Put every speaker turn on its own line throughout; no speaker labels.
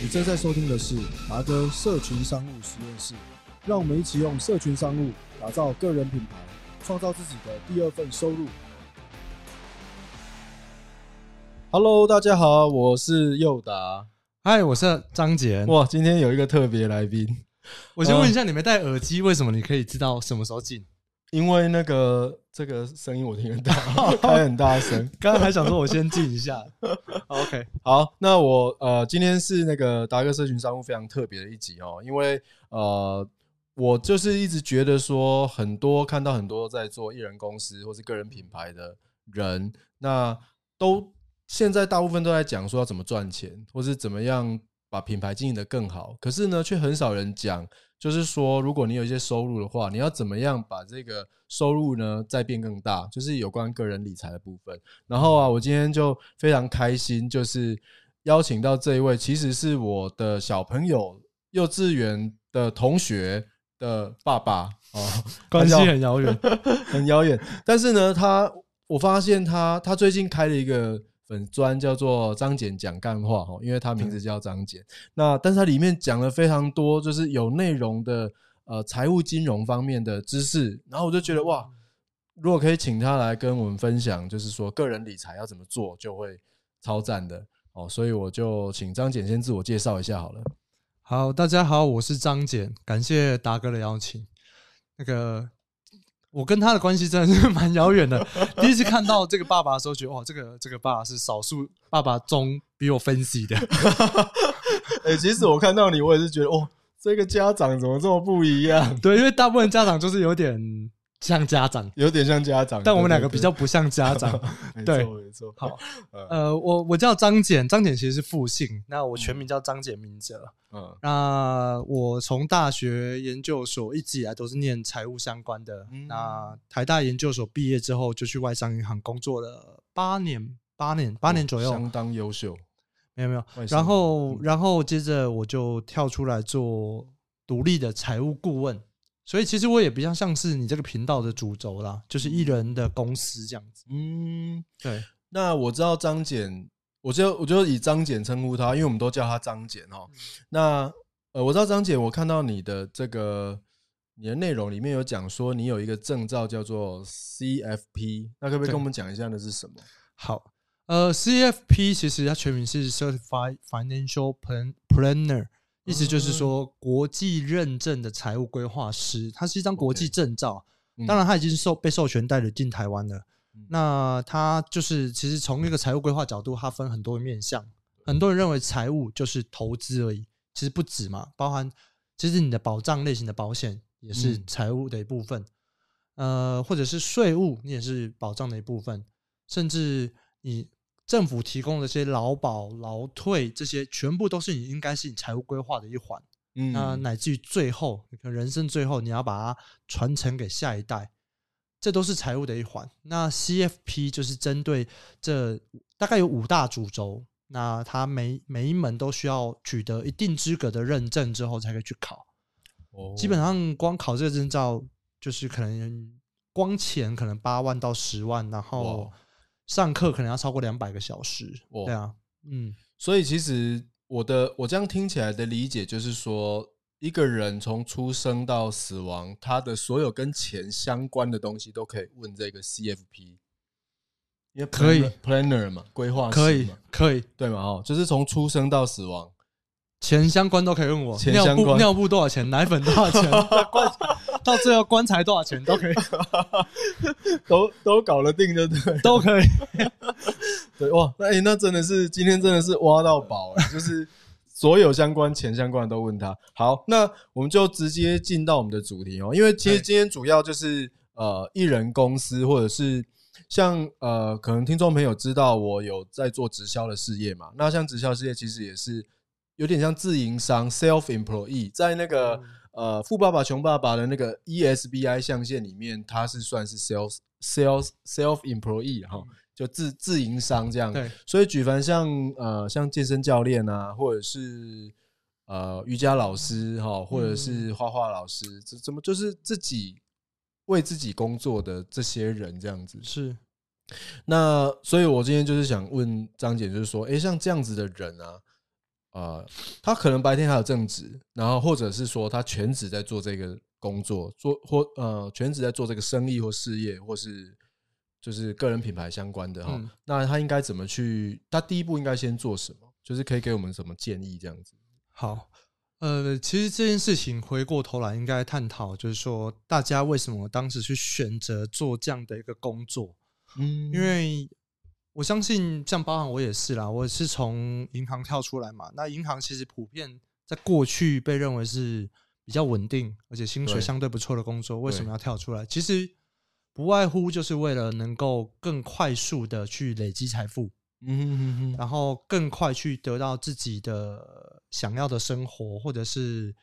你正在收听的是达哥社群商务实验室，让我们一起用社群商务打造个人品牌，创造自己的第二份收入。Hello，大家好，我是佑达。
嗨，我是张杰。我呃
哇，今天有一个 特别来 宾，
我先问一下，你没戴耳机，为什么你可以知道什么时候进？
因为那个这个声音我听得到，
哎
开很大声。
刚刚还想说我先进一下。OK，
好，那我呃今天是那个达哥社群商务非常特别的一集哦，因为呃我就是一直觉得说很多看到很多在做艺人公司或是个人品牌的人，那都现在大部分都在讲说要怎么赚钱，或是怎么样把品牌经营的更好，可是呢却很少人讲。就是说，如果你有一些收入的话，你要怎么样把这个收入呢再变更大？就是有关个人理财的部分。然后啊，我今天就非常开心，就是邀请到这一位，其实是我的小朋友幼稚园的同学的爸爸哦，
关系
他叫
很遥远。
很遥远。但是呢，他我发现他他最近开了一个粉专，叫做张简讲干话哦，因为他名字叫张简。那但是它里面讲了非常多，就是有内容的呃财务金融方面的知识，然后我就觉得哇，如果可以请他来跟我们分享，就是说个人理财要怎么做，就会超赞的。哦，所以我就请张简先自我介绍一下好了。
好，大家好，我是张简，感谢达哥的邀请。那个，我跟他的关系真的是 蛮遥远的。第一次看到这个爸爸的时候，觉得哇，这个这个爸爸是少数爸爸中比我分析的。
哎、其实我看到你，我也是觉得，哦，这个家长怎么这么不一样？
对，因为大部分家长就是有点像家长，
有点像家长，
但我们
对
两个
对
比
对
较不像家长。
没
对
错，没错。
好，
嗯
呃，我我叫张简，张简其实是复姓，那我全名叫张简明哲。
嗯
那我从大学研究所一直以来都是念财务相关的，
嗯
那台大研究所毕业之后就去外商银行工作了八年，八年八年左右，
相当优秀。
没有没有
外。商
然后
嗯
然后接着我就跳出来做独立的财务顾问。所以其实我也比较像是你这个频道的主轴啦，就是艺人的公司这样子。
嗯，
对，
那我知道张简，我就我就以张简称呼他，因为我们都叫他张简
嗯
哦。那呃，我知道张简，我看到你的这个你的内容里面有讲说你有一个证照叫做 CFP，那可不可
对
以跟我们讲一下那是什么？
好，呃，CFP 其实它全名是 Certified Financial Plan Planner，意思
嗯
就是说国际认证的财务规划师，它是一张国际
OK
证照。
嗯
当然，它已经授被授权带了进台湾了
嗯。
那它就是其实从那个财务规划角度，它分很多的面向。很多人认为财务就是投资而已，其实不止嘛，包含其实你的保障类型的保险也是
嗯
财务的一部分，呃，或者是税务，你也是保障的一部分，甚至你政府提供的这些劳保、劳退这些，全部都是你应该是你财务规划的一环。
嗯
那乃至于最后，你可能人生最后你要把它传承给下一代，这都是财务的一环。那 CFP 就是针对这大概有五大主轴，那它每每一门都需要取得一定资格的认证之后才可以去考。
哦
基本上光考这个证照，就是可能光钱可能八万到十万，然后
哇
上课可能要超过两百个小时。
哇
对啊，嗯，
所以其实我的我这样听起来的理解就是说，一个人从出生到死亡，他的所有跟钱相关的东西都可以问这个 CFP，因为
可以
planner 嘛，规划师
可以
嘛，
可以。
对嘛？哦，就是从出生到死亡，
钱相关都可以问我，
钱
尿
相
布
关
尿布多少钱，奶粉多少 钱，棺到最后棺材多少钱都 可以，
都都搞得定，就对
都可以。
对哇，那、欸诶那真的是今天真的是挖到宝、诶 就是所有相关钱相关的都问他。好，那我们就直接进到我们的主题哦、因为其实
对
今天主要就是呃，艺人公司或者是像呃，可能听众朋友知道我有在做直销的事业嘛，那像直销事业其实也是有点像自营商 （self employee） 在那个。呃，富爸爸穷爸爸的那个 E ESBI 象限里面，它是算是 sales sales self employee 哈，就自自营商这样。
对，
所以举凡像呃像健身教练啊，或者是呃瑜伽老师哈，或者是画画老师，这怎么就是自己为自己工作的这些人这样子。
是
那所以，我今天就是想问张姐，就是说，诶，像这样子的人啊，啊、呃，他可能白天还有正职，然后或者是说他全职在做这个工作，做或呃全职在做这个生意或事业，或是就是个人品牌相关的哈、
嗯
那他应该怎么去？他第一步应该先做什么？就是可以给我们什么建议这样子？
好，呃，其实这件事情回过头来应该探讨，就是说大家为什么当时去选择做这样的一个工作？
嗯
因为我相信，像包含我也是啦，我是从银行跳出来嘛。那银行其实普遍在过去被认为是比较稳定，而且薪水
对
相对不错的工作，为什么要跳出来？其实不外乎就是为了能够更快速的去累积财富，
嗯
然后更快去得到自己的想要的生活，或者是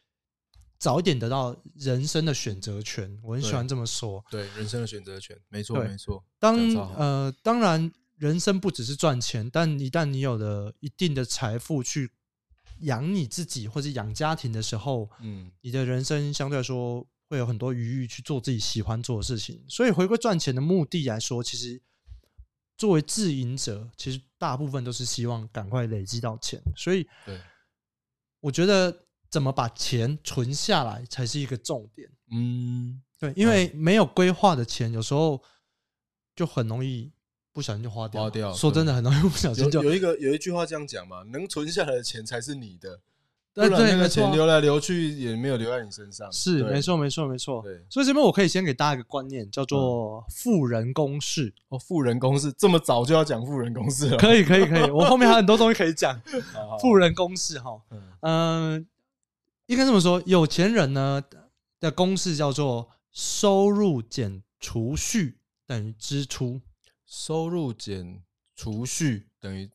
早一点得到人生的选择权。我很喜
对
欢这么说。
对人生的选择权，没错
对
没错，
当
这样哦超好
呃，当然，人生不只是赚钱，但一旦你有了一定的财富去养你自己或者养家庭的时候，
嗯
你的人生相对来说会有很多余裕去做自己喜欢做的事情。所以，回归赚钱的目的来说，其实作为自营者，其实大部分都是希望赶快累积到钱。所以，
对，
我觉得怎么把钱存下来才是一个重点。
嗯
对，因为没有规划的钱，有时候就很容易不小心就花掉。
花掉
说真的，很容易不小心
有
就
有一个有一句话这样讲嘛，能存下来的钱才是你的，不
对
然
对，
那
没
个
错
钱
啊
流来流去也没有留在你身上。
是
对
没错，没错，没错
对。嗯
所以这边我可以先给大家一个观念，叫做富人公式。
哦，富人公式这么早就要讲富人公式了，
可以，可以，可以。我后面还有很多东西可以讲。
好好
富人公式哈，
嗯
嗯、应该这么说，有钱人呢的公式叫做收入减储蓄等于支出。
收入减储蓄等于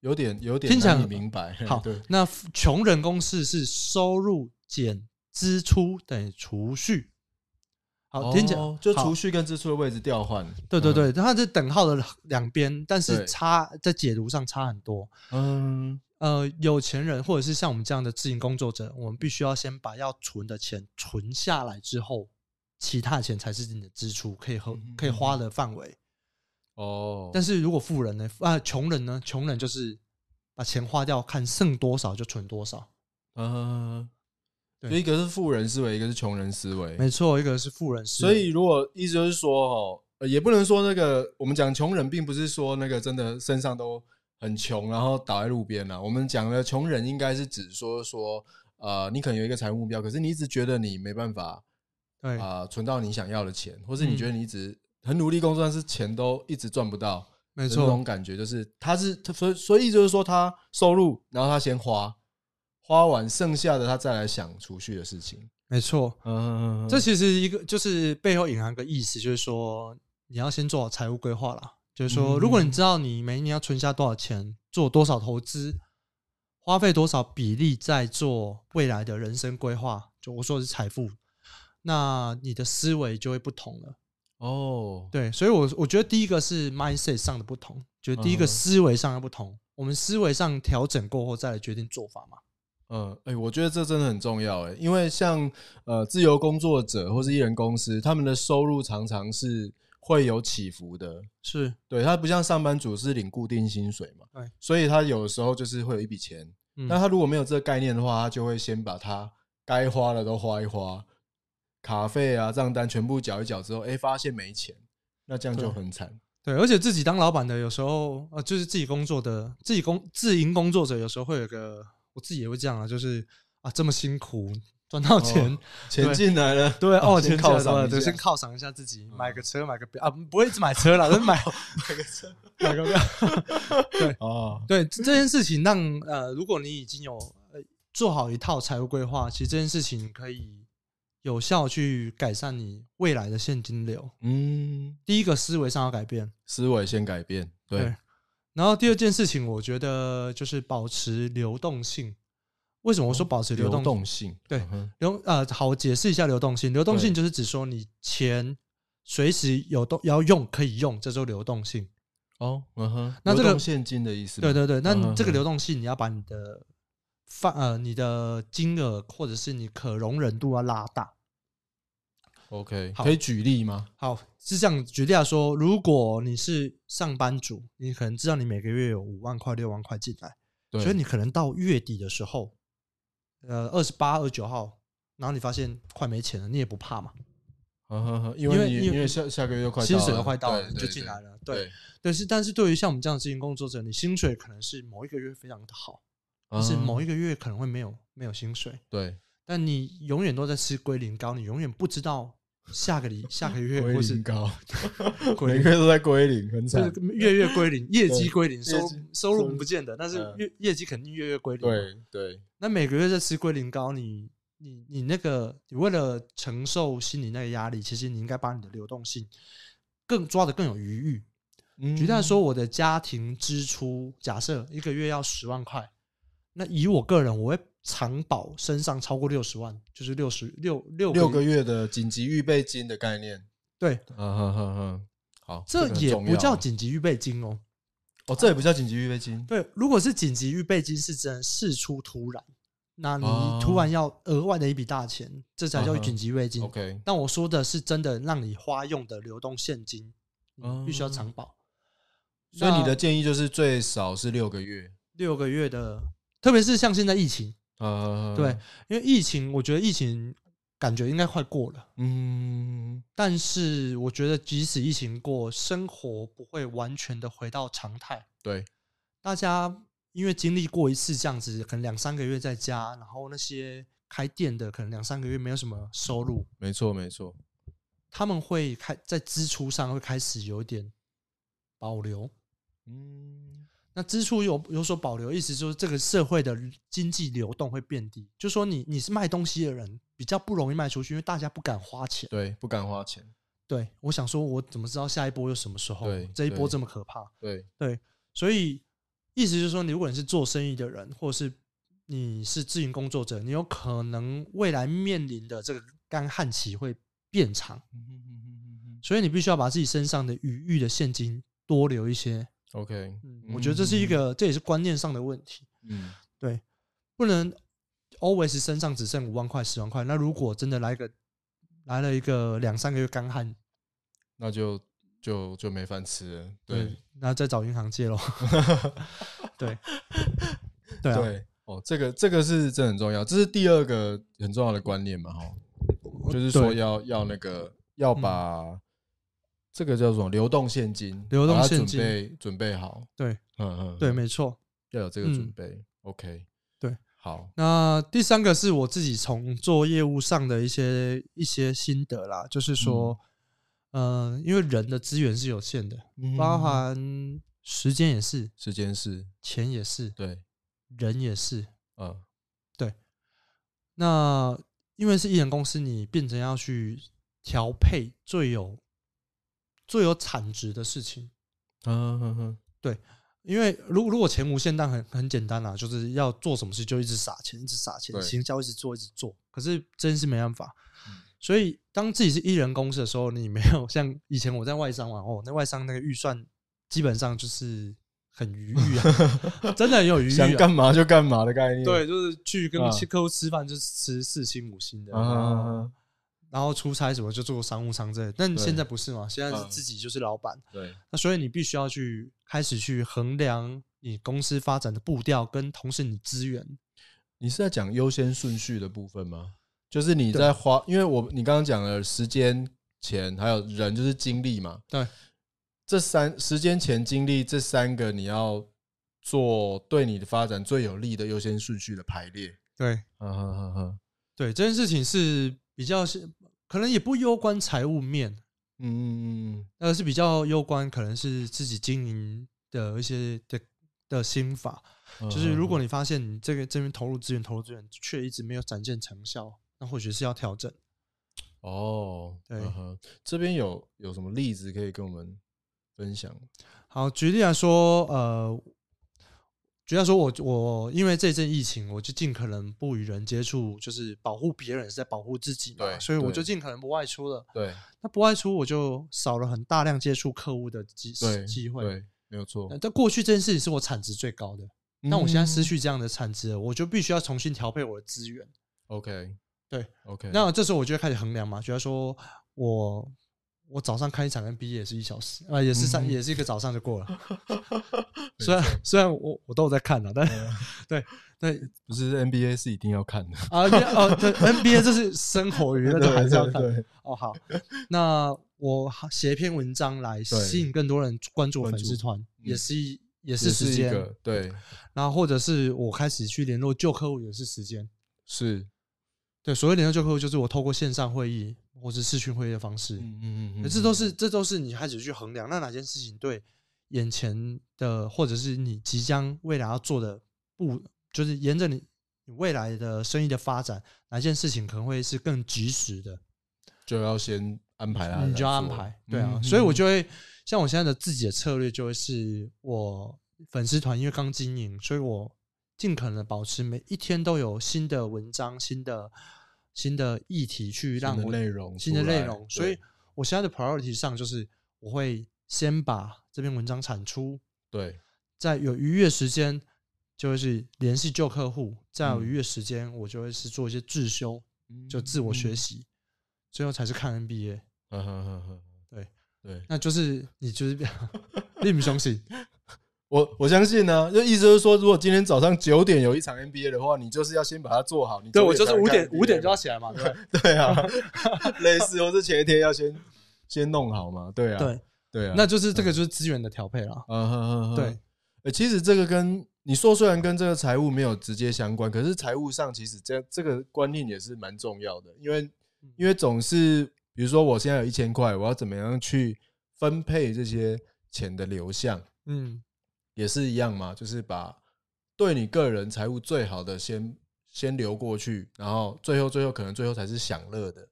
有点有点
听起来
难以明白。
好
对，
那富穷人公式是收入减支出等于储蓄。好，听起来
哦就
好
储蓄跟支出的位置调换。
对对对，它是等号的两边，但是
对
差在解读上差很多。
嗯，
呃，有钱人或者是像我们这样的自营工作者，我们必须要先把要存的钱存下来之后，其他的钱才是你的支出可以和
嗯
可以花的范围。
哦，
但
是
是如果富人呢，啊，穷人呢，穷人就是把钱花掉，看剩多少就存多少。
嗯，
对
所以一个是富人思维，一个是穷人思维。
没错，一个是富人思维，
所以如果意思就是说，哦，呃也不能说那个我们讲穷人，并不是说那个真的身上都很穷，然后倒在路边了。我们讲的穷人，应该是指说说，呃，你可能有一个财务目标，可是你一直觉得你没办法
对
啊、呃存到你想要的钱，或是你
嗯
觉得你一直很努力工作，但是钱都一直赚不到。
没
那
错
种，感觉就是他是他所以所以就是说他收入，然后他先花，花完剩下的他再来想储蓄的事情。
没错。
嗯，
这其实一个就是背后隐含个意思，就是说你要先做好财务规划啦。就是说，
嗯
如果你知道你每一年要存下多少钱，做多少投资，花费多少比例在做未来的人生规划，就我说的是财富，那你的思维就会不同了。
哦，
对，所以我我觉得第一个是 mindset 上的不同，就是第一个
嗯哼
思维上的不同。我们思维上调整过后，再来决定做法嘛。
嗯，哎、我觉得这真的很重要哎、因为像呃自由工作者或是艺人公司，他们的收入常常是会有起伏的。
是，
对，他不像上班族是领固定薪水嘛，
对，
所以他有时候就是会有一笔钱，
嗯
但他如果没有这个概念的话，他就会先把他该花的都花一花，卡费啊、账单全部缴一缴之后，哎、发现没钱，那这样就
对
很惨。
对，而且自己当老板的，有时候呃，就是自己工作的，自己工自营工作者，有时候会有个，我自己也会这样啊，就是啊，这么辛苦赚到钱，
哦钱进来了，
对哦，
先
钱
犒
进来
赏
了
一
对，
下
先犒赏一下自己，买个车，买个表啊，不会一直买车啦，就 买买个车，买个表。
哦，
对这这件事情让，呃，如果你已经有呃做好一套财务规划，其实这件事情可以有效去改善你未来的现金流。
嗯，
第一个思维上要改变，
思维先改变，对，
对然后第二件事情，我觉得就是保持流动性。为什么我说保持流
哦流
动？
动性，
对
嗯哼
流呃，好，我解释一下流动性。流动性
对
就是指说你钱随时有动要用可以用，这就是流动性。
哦，嗯哼，
那这个
流动现金的意思吗，
对对对，那
嗯哼
你这个流动性你要把你的范呃你的金额或者是你可容忍度要拉大。
，OK，
好
可以举例吗？
好，是这样。举例来说，如果你是上班族，你可能知道你每个月有五万块、六万块进来，
对
所以你可能到月底的时候，呃，二十八、二九号，然后你发现快没钱了，你也不怕嘛，
呵呵呵，嗯因
因
为
为
你
因
因
为
为下下个月就快
薪水
了
都快到了，
对
你就
对
进
对
来了。对，
对，
但是但是对于像我们这样的执行工作者，你薪水可能是某一个月非常的好，但是
啊
某一个月可能会没有没有薪水，
对
但你永远都在吃龟苓膏，你永远不知道下个 礼下个月或是
高，每个月都在归零，很
就
惨。
是月月归零，业绩
对
归零，收
业绩
收入
收入
不见得，但是
嗯
月业绩肯定月月归零。
对对，
那每个月在吃龟苓膏，你你你那个，你为了承受心理那个压力，其实你应该把你的流动性更抓得更有余裕。
嗯
举例来说，我的家庭支出假设一个月要十万块，那以我个人，我会藏保身上超过六十万，就是六十六六
六个
月。
月的紧急预备金的概念，
对，
嗯哼哼哼，好，
这
个很
也
重
不
要啊
叫紧急预备金哦。
哦，这也不叫紧急预备金，
对，如果是紧急预备金，是真的事出突然，那
哦
你突然要额外的一笔大钱，这才叫
嗯哼
紧急预备金。
OK，
但我说的是真的让你花用的流动现金，你嗯必须要藏保。
所以你
那
的建议就是最少是六个月，
六个月的，特别是像现在疫情，
呃，
对，因为疫情，我觉得疫情感觉应该快过了。
嗯，
但是我觉得，即使疫情过，生活不会完全的回到常态。
对，
大家因为经历过一次这样子，可能两三个月在家，然后那些开店的可能两三个月没有什么收入，
没错没错，
他们会开在支出上会开始有一点保留。
嗯，
那支出有有所保留，意思就是这个社会的经济流动会变低，就说你你是卖东西的人，比较不容易卖出去，因为大家不敢花钱。
对，不敢花钱，
对，我想说，我怎么知道下一波又什么时候
对？
这一波
对
这么可怕，
对，
所以意思就是说，你如果你是做生意的人，或者是你是自营工作者，你有可能未来面临的这个干旱期会变长，所以你必须要把自己身上的余裕的现金多留一些。
OK，
嗯，我觉得这是一个，这也是观念上的问题。
嗯，
对，不能 always 身上只剩五万块、十万块。那如果真的来个来了一个两三个月干旱，
那就就就没饭吃了，对，，
那再找银行借 咯。对，对啊，
对，哦，这个这个是真的很重要，这是第二个很重要的观念嘛，哈，就是说
对嗯
要要那个要把这个叫什么流动现金，
流动
把它
现金
准备准备好，
对
嗯嗯，
对，
嗯，
没错。
要有这个准
嗯
备，OK，
对，
好，
那第三个是我自己从做业务上的一些一些心得啦，就是说，嗯、因为人的资源是有限的，包含时间也是，
时间是，
钱也是，
对，
人也是，
嗯，
那因为是艺人公司，你变成要去调配最有最有产值的事情。
嗯哼哼，
因为如如果钱无限，但很很简单啦、就是要做什么事就一直撒钱，一直撒钱，
对
行销一直做，一直做。可是真是没办法，所以当自己是艺人公司的时候，你没有 像以前我在外商玩哦，那外商那个预算基本上就是很余裕 啊，真的很有余裕、啊，
想干嘛就干嘛的概念，
对，就是去跟
啊
客户吃饭，就是吃四星五星的，
啊，
然
啊，
后
啊
然后出差什么就做商务舱之类的，但
对
现在不是嘛？现在是
嗯
自己就是老板，
对，
那所以你必须要去开始去衡量你公司发展的步调，跟同时你资源。
你是在讲优先顺序的部分吗？就是你
对
在花，因为我你刚刚讲了时间、钱还有人，就是精力嘛。
对，
这三时间、钱、精力这三个，你要做对你的发展最有利的优先顺序的排列。
对
嗯哼
啊
哼哼，
对，这件事情是比较是可能也不攸关财务面，
嗯嗯嗯
而是比较攸关可能是自己经营的一些的的心法。
嗯，
就是如果
你
你发现你这个这边投入资源、投入资源却一直没有展现成效，那或许是要调整。
哦，
对
嗯哼这边有有什么例子可以跟我们分享？
好，举例来说，呃，举例来说我，我因为这阵疫情，我就尽可能不与人接触，就是保护别人是在保护自己嘛，
对
所以我
对
就尽可能不外出了。
对
那不外出，我就少了很大量接触客户的机
对，
机会。
对，没有错嗯
呃。但过去这件事情是我产值最高的，那我现在失去这样的产值了，我就必须要重新调配我的资源。
OK，
对
，OK，
那这时候我就会开始衡量嘛，觉得说我我早上看一场 NBA 也是一小时，啊、也是三、
嗯
也是一个早上就 过了。虽然虽然我我都有在看了，但是、
嗯
对对
不是 NBA 是一定要 看的，
啊因为哦对 NBA 这是生活娱乐，就还是要看。
对，
哦，好，那我写一篇文章来吸引更多人关注我粉丝团，也是一也是时
嗯也是一
间。
个对，
然后或者是我开始去联络旧客户，也是时间。
是，
对，所谓联络旧客户，就是我透过线上会议或是视讯会议的方式，
嗯嗯嗯
可这都是这都是你开始去衡量，那哪件事情对眼前的，或者是你即将未来要做的步，就是沿着你你未来的生意的发展，哪件事情可能会是更及时的，
就要先安排啦，
你嗯就要
再
安
说
排。对啊，
嗯
所以我
嗯
就会像我现在的自己的策略，就会是我粉丝团因为刚经营，所以我尽可能保持每一天都有新的文章、新的新的议题去让
新的
我
内容
新的
出
内
来
容。
对
所以我现在的 priority 上就是我会先把这篇文章产出，
对，
在有愉悦时间就会是联系旧客户，在有
嗯
愉悦时间我就会是做一些自修，就自我学
习，
习，最后才是看 NBA。
嗯哼哼哼
对
对，
那就是你就是 你不 相信，
我我相信呢、就意思就是说，如果今天早上九点有一场 NBA 的话，你就是要先把它做好。你
对
9
我就是
才能
五
看
点
NBA
五点就要
嘛
起 来嘛，对不
对啊， 类似或是前一天要先先弄好嘛，对啊，
对嗯对，
对啊，
那就是这个就是资源的调配了。
嗯哼哼哼
对，
呃其实这个跟你说虽然跟这个财务没有直接相关，可是财务上其实这这个观念也是蛮重要的，因为
嗯
因为总是比如说我现在有一千块，我要怎么样去分配这些钱的流向，
嗯，
也是一样嘛，就是把对你个人财务最好的先先流过去，然后最后最后可能最后才是享乐的，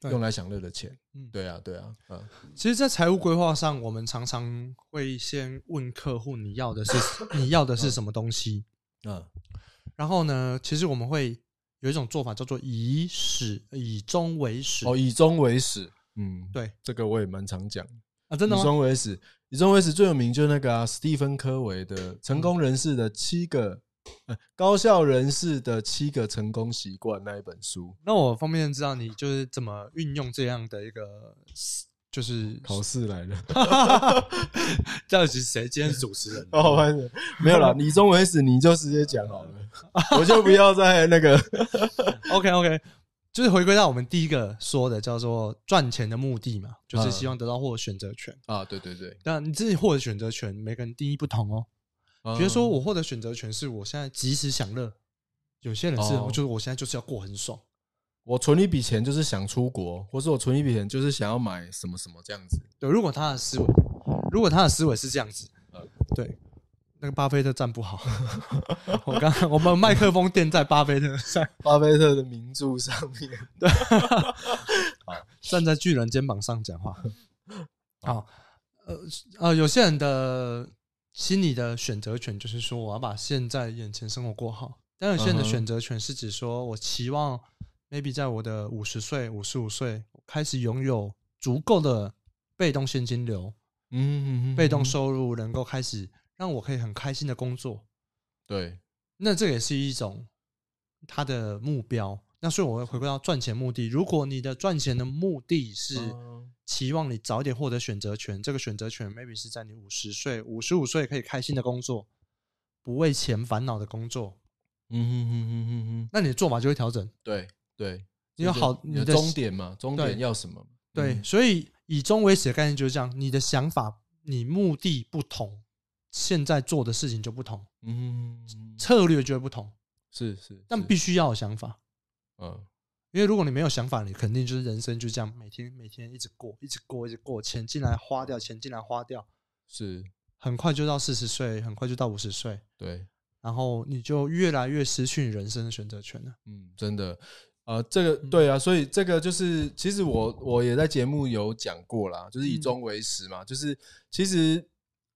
对
用来享乐的钱
嗯。
对啊，对啊，嗯，
其实，在财务规划上，我们常常会先问客户你要的是 你要的是什么东西，
嗯，
然后呢，其实我们会有一种做法叫做以始以终为始。
哦，以终为始，嗯，
对
这个我也蛮常讲。
啊，真的
以
吗？
终为始，以终为始最有名就是那个啊，史蒂芬科维的《成功人士的七个、呃高效人士的七个成功习惯》那一本书。
那我方便知道你就是怎么运用这样的一个，就是
考试来了，
到底是谁今天是主持人？啊
哦，拍手没有啦，以终为始，你就直接讲好了，我就不要再那个。
OK OK，就是回归到我们第一个说的，叫做赚钱的目的嘛，就是希望得到获得选择权。
啊，对对对，
那你自己获得选择权，每个人定义不同哦。比如说，我获得选择权是我现在及时享乐，有些人是
哦
就是我现在就是要过很爽。
我存一笔钱就是想出国，或是我存一笔钱就是想要买什么什么这样子。
对，如果他的思维，如果他的思维是这样子
嗯，
对，那个巴菲特站不好。 我刚我们麦克风垫在巴菲特上，
巴菲特的名著上面，
站在巨人肩膀上讲话。好，呃呃，有些人的心理的选择权就是说，我要把现在眼前生活过好；，但有些人的
嗯哼
选择权是指说我期望，maybe 在我的五十岁、五十五岁开始拥有足够的被动现金流、
嗯，
被动收入，能够开始让我可以很开心的工作。
对，
那这也是一种他的目标。那所以我会回归到赚钱目的。如果你的赚钱的目的是
哦
期望你早点获得选择权，这个选择权 maybe 是在你五十岁、五十五岁可以开心的工作，不为钱烦恼的工作，
嗯哼哼哼哼哼。
那你的做法就会调整。
对对，
你有
这就
好
你的
你的
终点嘛？终点要什么？
对，
嗯
所以以终为始的概念就是这样，你的想法、你目的不同，现在做的事情就不同，
嗯，嗯
策略就会不同，
是是，
但
是
必须要有想法。
嗯
因为如果你没有想法，你肯定就是人生就这样，每天每天一直过，一直过，一直过，钱进来花掉，钱进来花掉，
是，
很快就到四十岁，很快就到五十岁，
对，
然后你就越来越失去你人生的选择权了。
嗯，真的，呃，这
嗯
个对啊，所以这个就是，其实我我也在节目有讲过啦，就是以
嗯
终为始嘛，就是其实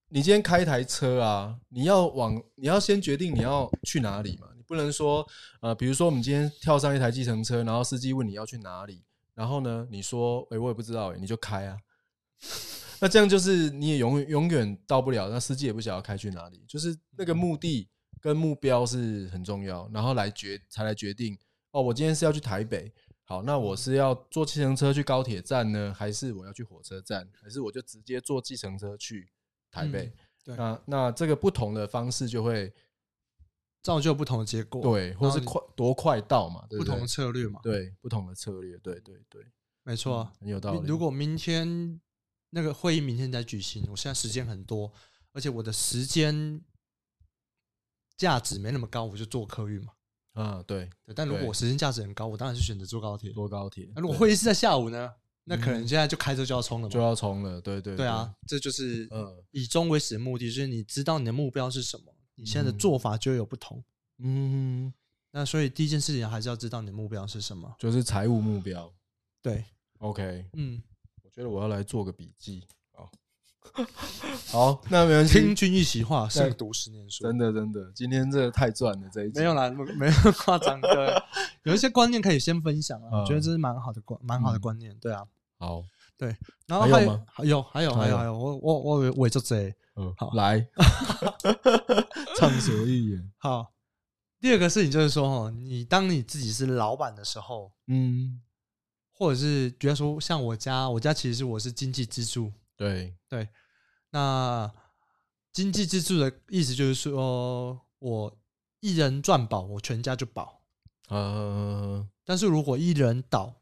你今天开一台车啊，你要往你要先决定你要去哪里嘛，你不能说呃，比如说我们今天跳上一台计程车，然后司机问你要去哪里，然后呢，你说诶、我也不知道、诶，你就开啊。那这样就是你也永远永远到不了，那司机也不晓得开去哪里，就是那
嗯
个目的跟目标是很重要，然后来决才来决定哦，我今天是要去台北，好，那
嗯
我是要坐计程车去高铁站呢，还是我要去火车站，还是我就直接坐计程车去台北？
嗯对
那那这个不同的方式就会
造就不同的结果，，
对，或是
你
快多快到嘛，对
不
对
同的策略嘛，
对不同的策略，对对对，
没错啊。
很有道理。
如果明天那个会议明天再举行，我现在时间很多，而且我的时间价值没那么高，我就坐客运嘛。
啊，对，
对，但如果
对
我时间价值很高，我当然是选择坐高铁。
多高铁，
那如果
对
会议是在下午呢？那可能现在就开车就要冲了
嗯就
嘛。
要冲了，对对
对啊，，这就是
嗯
以终为始的目的，就是你知道你的目标是什么，你现在的做法就会有不同。
嗯，
那所以第一件事情还是要知道你的目标是什么。
就是财务目标。
对，
OK，
嗯，
我觉得我要来做个笔记哦。好，那没关
听
系，
君一席话，胜读十年书。
真的真的，今天这个太赚了这一集。
没有啦，没没有那么夸张，对，有一些观念可以先分享啊，
嗯
我觉得这是蛮好的观，蛮好的
嗯
观念，对啊。
好，
然后
还
还有
有吗
还有还有
还
还有
有
还有，我我我我也就这
嗯，
好
来，畅所欲言。
好。第二个事情就是说，哦，你当你自己是老板的时候，
嗯，
或者是觉得说，像我家，我家其实我是经济支柱，
对，
那经济支柱的意思就是说我一人赚饱，我全家就饱；
呃，
但是如果一人倒，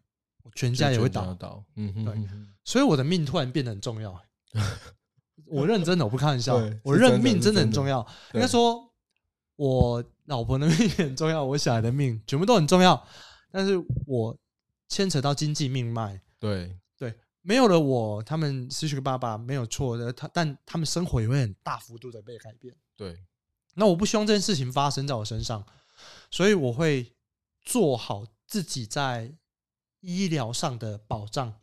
我全家也会倒。
倒，嗯哼，
对
嗯哼
所以我的命突然变得很重要欸、 我认真的，我不开玩笑
对是，
我认
真的
命
是
真的
真
很
的
重要。应
对
该说，我老婆的命很重要，我小孩的命全部都很重要，但是我牵扯到经济命脉，
对，
没有了我，他们失去个爸爸没有错的，他但他们生活也会很大幅度的被改变。
对，
那我不希望这件事情发生在我身上，所以我会做好自己在医疗上的保障。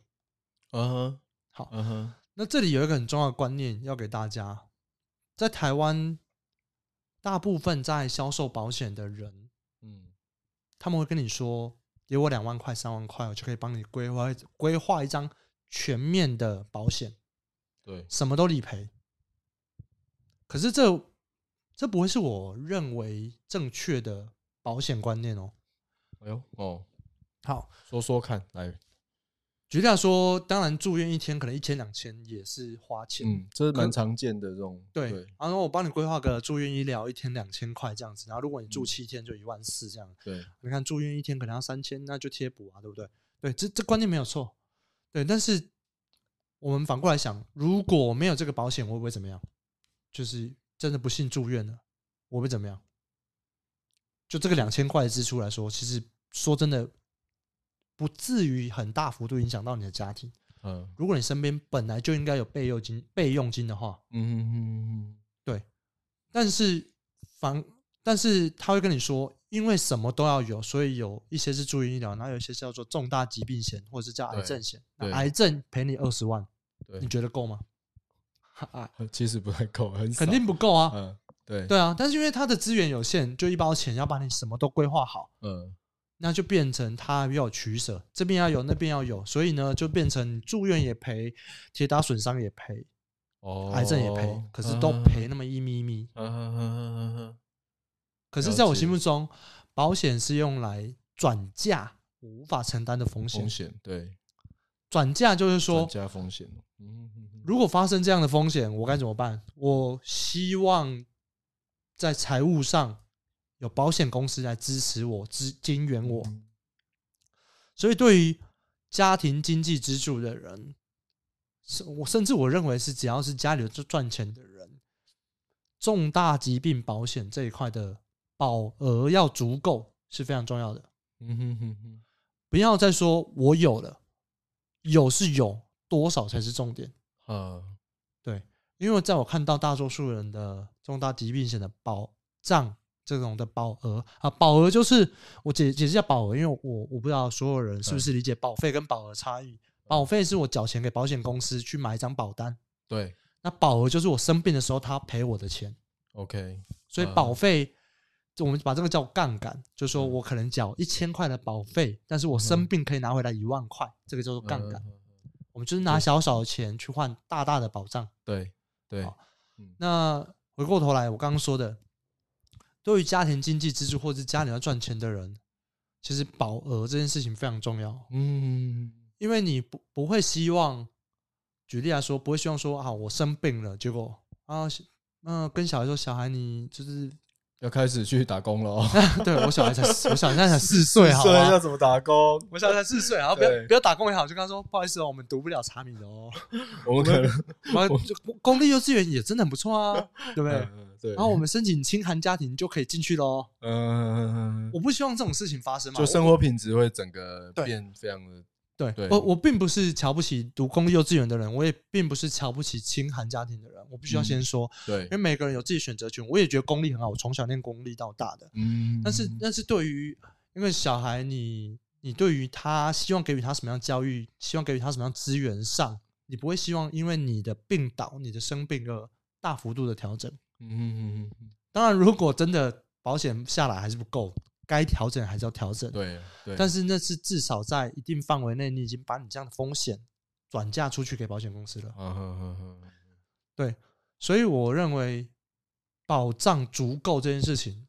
嗯哼，
好
嗯哼，
那这里有一个很重要的观念要给大家，在台湾，大部分在销售保险的人，
嗯，
他们会跟你说：“给我两万块、三万块，我就可以帮你规划规划一张全面的保险，
对，
什么都理赔。”可是这这不会是我认为正确的保险观念哦。
哎呦，哦，
好，
说说看，
嗯
来，
举例来说，当然住院一天可能一千两千也是花钱，
嗯，这是
可
蛮常见的这种，
对，然后我帮你规划个住院医疗一天两千块这样子，然后如果你住七天就一万四这样，
对，
你看住院一天可能要三千，那就贴补啊，对不对？对，这这观念没有错，对，但是我们反过来想，如果没有这个保险，我会不会怎么样？就是真的不幸住院了，我会怎么样？就这个两千块的支出来说，其实说真的，不至于很大幅度影响到你的家庭。
嗯，
如果你身边本来就应该有备用金、备用金的话，
嗯哼哼哼，
但是反，但是他会跟你说，因为什么都要有，所以有一些是住院医疗，然后有一些叫做重大疾病险，或者是叫癌症险。那
对对
癌症赔你二十万，
对
你觉得够吗？哈啊，
哼其实不太够，很少
肯，定不够啊。
嗯，对，
对啊，但是因为他的资源有限，就一包钱要把你什么都规划好，
嗯，
那就变成他要有取舍，这边要有，那边要有，所以呢，就变成你住院也赔，铁打损伤也赔，
哦，
癌症也赔，可是都赔那么一咪咪。
嗯哼哼哼哼哼，
可是，
了
在我
解
心目中，保险是用来转嫁我无法承担的风险
风。险，对，
转嫁就是说
转，加风险，嗯哼哼哼，
如果发生这样的风险，我该怎么办？我希望在财务上有保险公司来支持我、支金援我。
嗯
所以，对于家庭经济支柱的人，是我甚至我认为是只要是家里有赚钱的人，重大疾病保险这一块的保额要足够是非常重要的。
嗯哼哼哼，
不要再说我有了，有是有，多少才是重点。
啊，
因为在我看到大多数人的重大疾病险的保障这种的保额啊，保额就是我解解释一下保额，因为我我不知道所有人是不是理解保费跟保额差异。保费是我缴钱给保险公司去买一张保单，
对
那保额就是我生病的时候他赔我的钱，
，OK，
所以
嗯
保费。我们把这个叫杠杆，就是说我可能缴一千块的保费，但是我生病可以拿回来一万块，这个叫做杠
嗯
杆。
哼哼
我们就是拿小小的钱去换大大的保障。
对对，
好那回过头来，我刚刚说的，对于家庭经济支柱或是家里要赚钱的人，其实保额这件事情非常重要，
嗯，
因为你不不会希望，举例来说，不会希望说啊，我生病了，结果啊，嗯、跟小孩说，小孩你就是
要开始去打工了哦，
对我小孩才我小孩现在才四岁，好啊
所以要
吗？
怎么打工？
我小孩才四岁，然后不要
对
不要打工也好，就跟他说不好意思哦，我们读不了茶米的哦。
我们可能
然后就公立幼稚园也真的很不错啊，对不对？
嗯嗯对，
然后我们申请清寒家庭就可以进去喽。
嗯，
我不希望这种事情发生嘛。
就生活品质会整个
对
变非常的，
对
对
我我并不是瞧不起读公立幼稚园的人，我也并不是瞧不起清寒家庭的人。我必须要
嗯
先说，
对
因为，每个人有自己选择权。我也觉得公立很好，我从小念公立到大的。
嗯
但是，但是对于因为小孩你，你对于他希望给予他什么样的教育，希望给予他什么样的资源上，你不会希望因为你的病倒、你的生病而大幅度的调整。
嗯，
当然，如果真的保险下来还是不够，该调整还是要调整。
对对，
但
是
是那是至少在一定范围内，你已经把你这样的风险转嫁出去给保险公司了。
嗯哼哼哼
所以我认为保障足够这件事情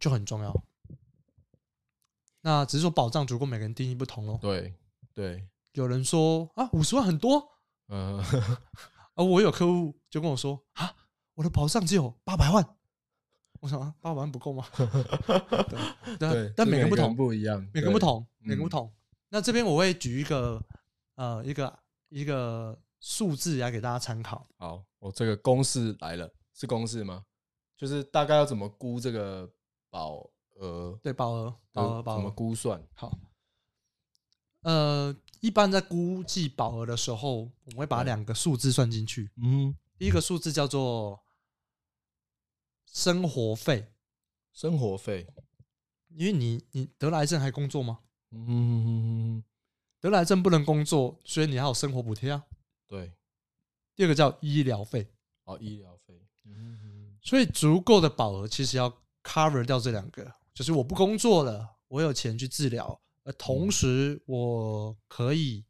就很重要。那只是说保障足够，每个人定义不同咯。
对对，
有人说啊，五十万很多
嗯，
啊，我有客户就跟我说啊，我的保障只有八百万。我想啊，八百万不够吗？ 对，
对
但，但
这
每个人不同，
不一样，
每个人不
对，
同，每个人不
嗯
同。那这边我会举一个呃一个一个数字来给大家参考。
好，我这个公式来了，是公式吗？就是大概要怎么估这个保额？
对，保额，保额，保
怎呃么
额。
估算？
好，呃，一般在估计保额的时候，我们会把
对
两个数字算进去。
嗯，
第一个数字叫做生活费，
生活费，
因为你你得了癌症还工作吗？
嗯，
得了癌症不能工作，所以你还有生活补贴啊。
对，
第二个叫医疗费，
哦，医疗费，嗯，
所以足够的保额其实要 cover 掉这两个，就是我不工作了，我有钱去治疗，而同时我可以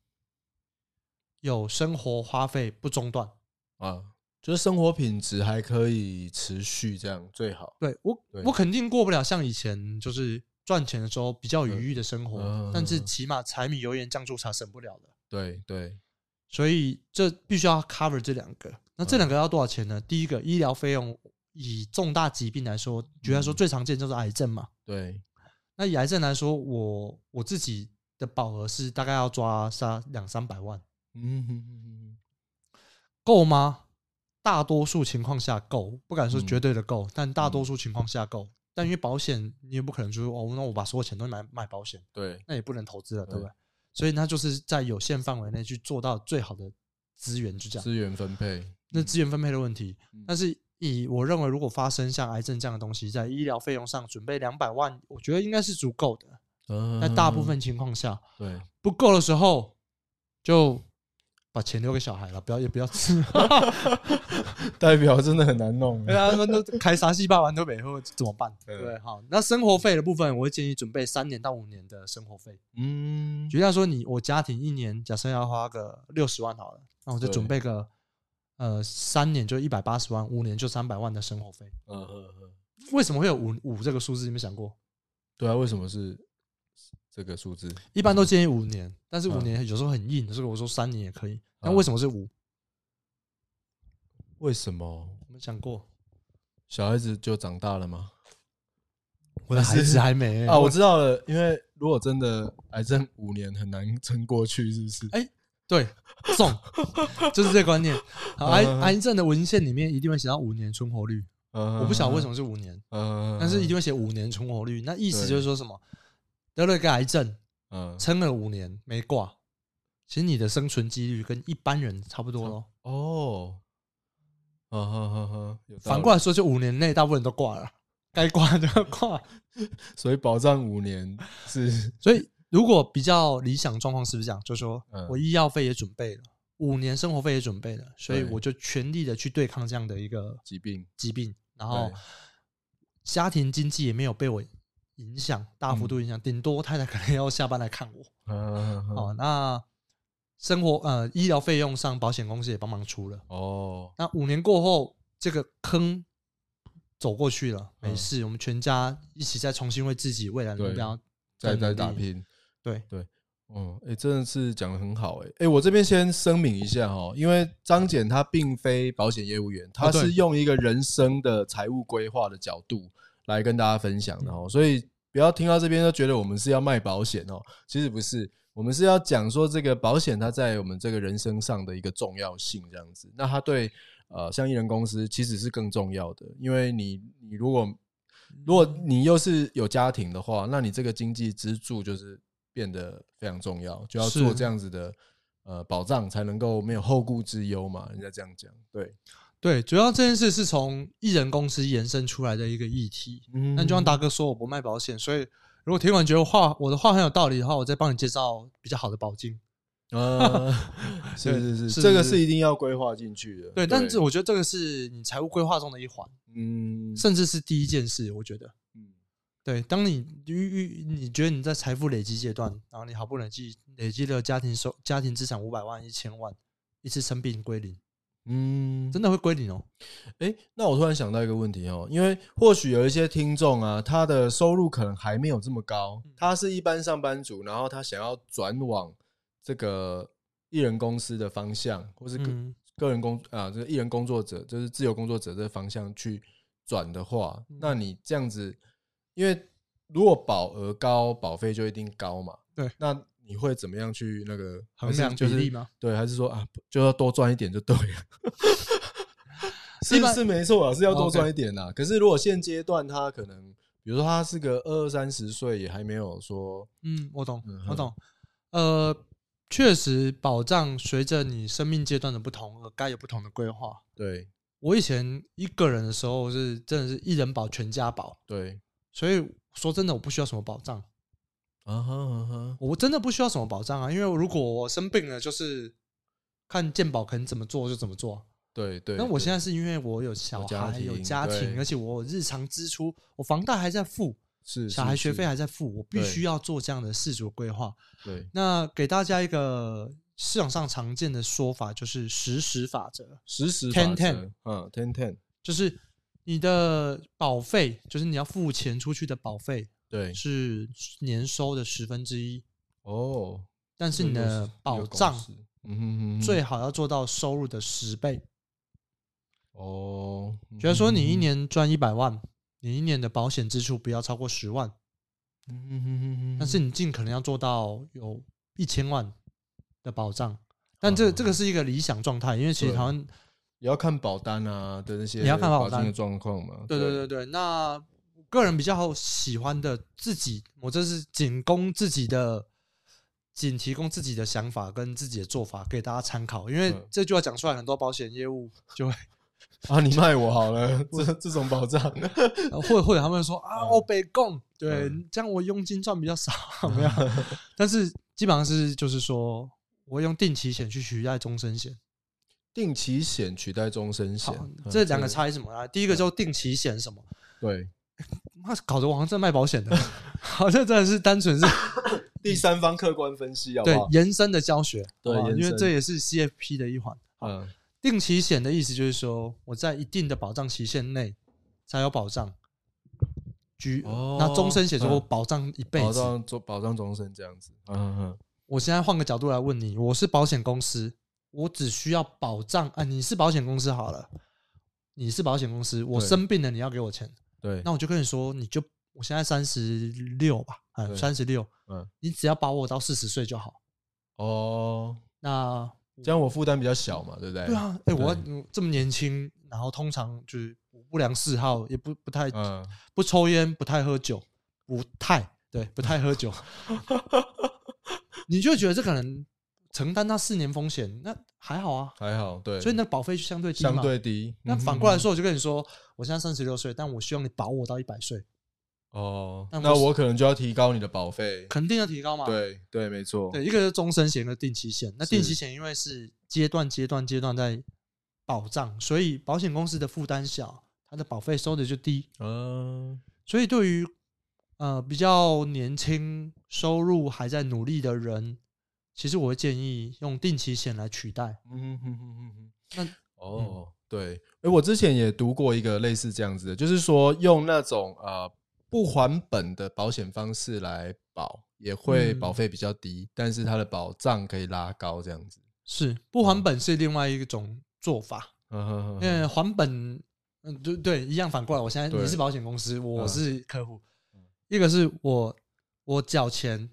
有生活花费不中断。
啊，就是生活品质还可以持续，这样最好。
对我
对，
我肯定过不了像以前就是赚钱的时候比较有余裕的生活，
嗯
但是起码柴米油盐酱醋茶省不了的，
对对，
所以这必须要 cover 这两个。那这两个要多少钱呢？第一个医疗费用，以重大疾病来说，举例来说最常见就是癌症嘛。
对，
那以癌症来说，我我自己的保额是大概要抓三两三百万，
嗯哼哼哼
够吗？大多数情况下够，不敢说
嗯
绝对的够，但大多数情况下够。但因为保险，你也不可能说哦，那我把所有钱都买买保险，
对，
那也不能投资了，对不
对
对？所以那就是在有限范围内去做到最好的资源，就这样。
资源分配，
那资源分配的问题
嗯，
但是以我认为，如果发生像癌症这样的东西，在医疗费用上准备两百万，我觉得应该是足够的。
那
在大部分情况下，
嗯对，
不够的时候，就把钱留给小孩了，不要也不要 吃。
代表真的很难弄
对啊，那那开啥戏霸完都没后怎么 办？对不对，好，那生活费的部分，我会建议准备三年到五年的生活费。
嗯，
举例来说，你我家庭一年假设要花个六十万好了，那我就
对
准备个呃三年就一百八十万，五年就三百万的生活费。
嗯嗯嗯，
为什么会有五五这个数字？你们想过？
对啊，为什么是这个数字？
一般都建议五年，但是五
嗯
年有时候很硬，所以我说三年也可以。那
嗯
为什么是五？
为什么
你们想过？
小孩子就长大了吗？
我的孩子还没欸
啊，我知道了，因为如果真的癌症五年很难撑过去，是不是？
哎对，送就是这个观念。好癌
嗯
癌症的文献里面一定会写到五年存活率，
我
我不晓得为什
么，
么是五年，
嗯
但是一定会写五年存活率。那意思就是说什么？得了一个癌症，
嗯
撑了五年没挂，其实你的生存几率跟一般人差不多咯。
哦，啊哈哈哈，有道
反
理
过来说，就五年内大部分人都挂了，该挂就要挂。
所以保障五年是
所以如果比较理想状况是不是这样？就说
嗯
我医药费也准备了，五年生活费也准备了，所以
对
我就全力的去对抗这样的一个
疾病，
疾病，然后
对
家庭经济也没有被我影响，大幅度影响，顶、多太太可能要下班来看我。
嗯
哦，那生活呃医疗费用上，保险公司也帮忙出了。
哦，
那五年过后，这个坑走过去了，没
嗯
事，我们全家一起再重新为自己未来的目
对
标
再
更努
再
力
打拼。
对
嗯，哎、真的是讲的很好、诶哎、诶我这边先声明一下哈，因为张简他并非保险业务员，他
对
是用一个人生的财务规划的角度来跟大家分享的哦，所以不要听到这边就觉得我们是要卖保险哦，其实不是，我们是要讲说这个保险它在我们这个人生上的一个重要性这样子。那它对呃像艺人公司其实是更重要的，因为你你如果如果你又是有家庭的话，那你这个经济支柱就是变得非常重要，就要
是
做这样子的呃保障，才能够没有后顾之忧嘛。人家这样讲，对，
对，主要这件事是从艺人公司延伸出来的一个议题。
嗯
那就像达哥说，我不卖保险，所以如果铁管觉得话我的话很有道理的话，我再帮你介绍比较好的保金。
呃，是
对
是是，
是
这个
是
是一定要规划进去的。
对，但是我觉得这个是你财务规划中的一环，
嗯
甚至是第一件事。我觉得，
嗯
对，当你遇遇你觉得你在财富累积阶段，然后你好不容易累积了家庭收家庭资产五百万一千万，一次生病归零，
嗯，
真的会归零哦。
诶，那我突然想到一个问题哦，因为或许有一些听众啊，他的收入可能还没有这么高，
嗯
他是一般上班族，然后他想要转往这个艺人公司的方向，或是个、
嗯，
个人工啊，就是艺人工作者，就是自由工作者这个方向去转的话，
嗯
那你这样子，因为如果保额高，保费就一定高嘛，
对，
那你会怎么样去那个
衡量
还是就是
比例吗？
对，还是说啊，就要多赚一点就对了。是
一般
是没错啊，是要多
OK
赚一点啦。可是如果现阶段他可能，比如说他是个二三十岁，也还没有说，
嗯，我懂
嗯，
我
哼
懂。呃，确实，保障随着你生命阶段的不同而该有不同的规划。
对
我以前一个人的时候是真的是一人保全家保，
对
所以说真的我不需要什么保障，
啊哈啊哈，
我真的不需要什么保障啊，因为如果我生病了，就是看健保肯怎么做就怎么做啊。
对对。
那我现
在
在是因为我有小
有家
孩、有
庭
家庭，
对
而且我有日常支出，我房贷还在付，
是
小
是
孩学
是
费还在付，我必
对
须要做这样的事主规划。
对，
那给大家一个市场上常见的说法，就是实时法则，
实时
Ten
法
ten
则嗯，ten ten，
就是你的保费，就是你要付钱出去的保费
对
是年收的十分之一，
哦，
但是你
这又
的
是一
保
个公
障
式，嗯哼哼哼
最好要做到收入的十倍。
哦，嗯
比如说你一
哼
年赚一百万，你一年的保险支出不要超过十万，
哼哼，嗯哼哼哼
但是你尽可能要做到有一千万的保障。但这
嗯
这个是一个理想状态，因为其实
对
台湾
也要看保单啊的那些，
也要看保
金的
单
状况嘛。
对对对对，那个人比较喜欢的自己，我这是仅供自己的，仅提供自己的想法跟自己的做法给大家参考，因为
嗯
这句话讲出来，很多保险业务就会
啊，你卖 我好了，这这种保障，
呃，或者或者他们说啊，我北供，对，
嗯
这样我佣金赚比较少，没有， 但是基本上是就是说。我会用定期险去取代终身险，
定期险取代终身险
好，
嗯，
这两个差异什么啊？第一个叫定期险什么？
对。
妈搞得我好像在卖保险 的，好像真的是单纯是
第三方客观分析，好不
对
好？
延伸的教学，
对
好吧
延
因为
伸
这也是 CFP 的一环。
嗯，
定期险的意思就是说，我在一定的保障期限内才有保障。举
哦
那终身险就
嗯
保障一辈
保
子。
障终保障终身这样子，嗯嗯
我现在换个角度来问你，我是保险公司，我只需要保障啊，你是保险公司好了，你是保险公司，我
对
生病了你要给我钱，
对
那我就跟你说，你就我现在三十六吧，嗯，
对
三十六，
嗯
你只要保我到四十岁就好。
哦，
那
这样我负担比较小嘛，对不对？
对，啊，哎、我要嗯这么年轻，然后通常就是不良嗜好，也不不太、
嗯，
不抽烟，不太喝酒，不太对，不太喝 酒，你就会觉得这个人承担那四年风险，那还好啊，
还好，对，
所以那保费就相对低嘛。
相对低。
那
嗯
反过来说，我就跟你说，我现在三十六岁，但我希望你保我到一百岁，
哦，
那
那
我是
我可能就要提高你的保费。
肯定要提高嘛。
对对，没错。
对，一个是终身险，一个定期险。那定期
是
险因为是阶段、阶段、阶段在保障，所以保险公司的负担小，它的保费收的就低。
嗯，
所以对于呃比较年轻、收入还在努力的人，其实我会建议用定期险来取代。
嗯哼哼哼
那
哼哼，哦，对，哎，我之前也读过一个类似这样子的，就是说用那种呃不还本的保险方式来保，也会
嗯
保费比较低，但是它的保障可以拉高这样子。
是不还本是另外一种做法，
哦嗯
因为还本，嗯，对对，一样反过来，我现在
对
你是保险公司，我
嗯
是客户，一个是我我缴钱，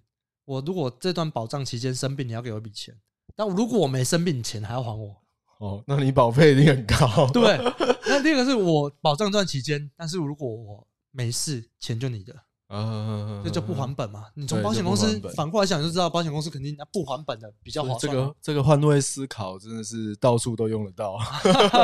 我如果这段保障期间生病，你要给我一笔钱，但如果我没生病，你钱还要还 我，
哦，那你保费一定很高。
对，不对？那第二个是我保障这段期间，但是如果我没事，钱就你的，
啊，
这就不还本嘛。你从
对
保
就
险
不
公司
还本
反过来想就知道，保险公司肯定那不还本的比较划
这
算嘛。
个这个换位思考真的是到处都用得到。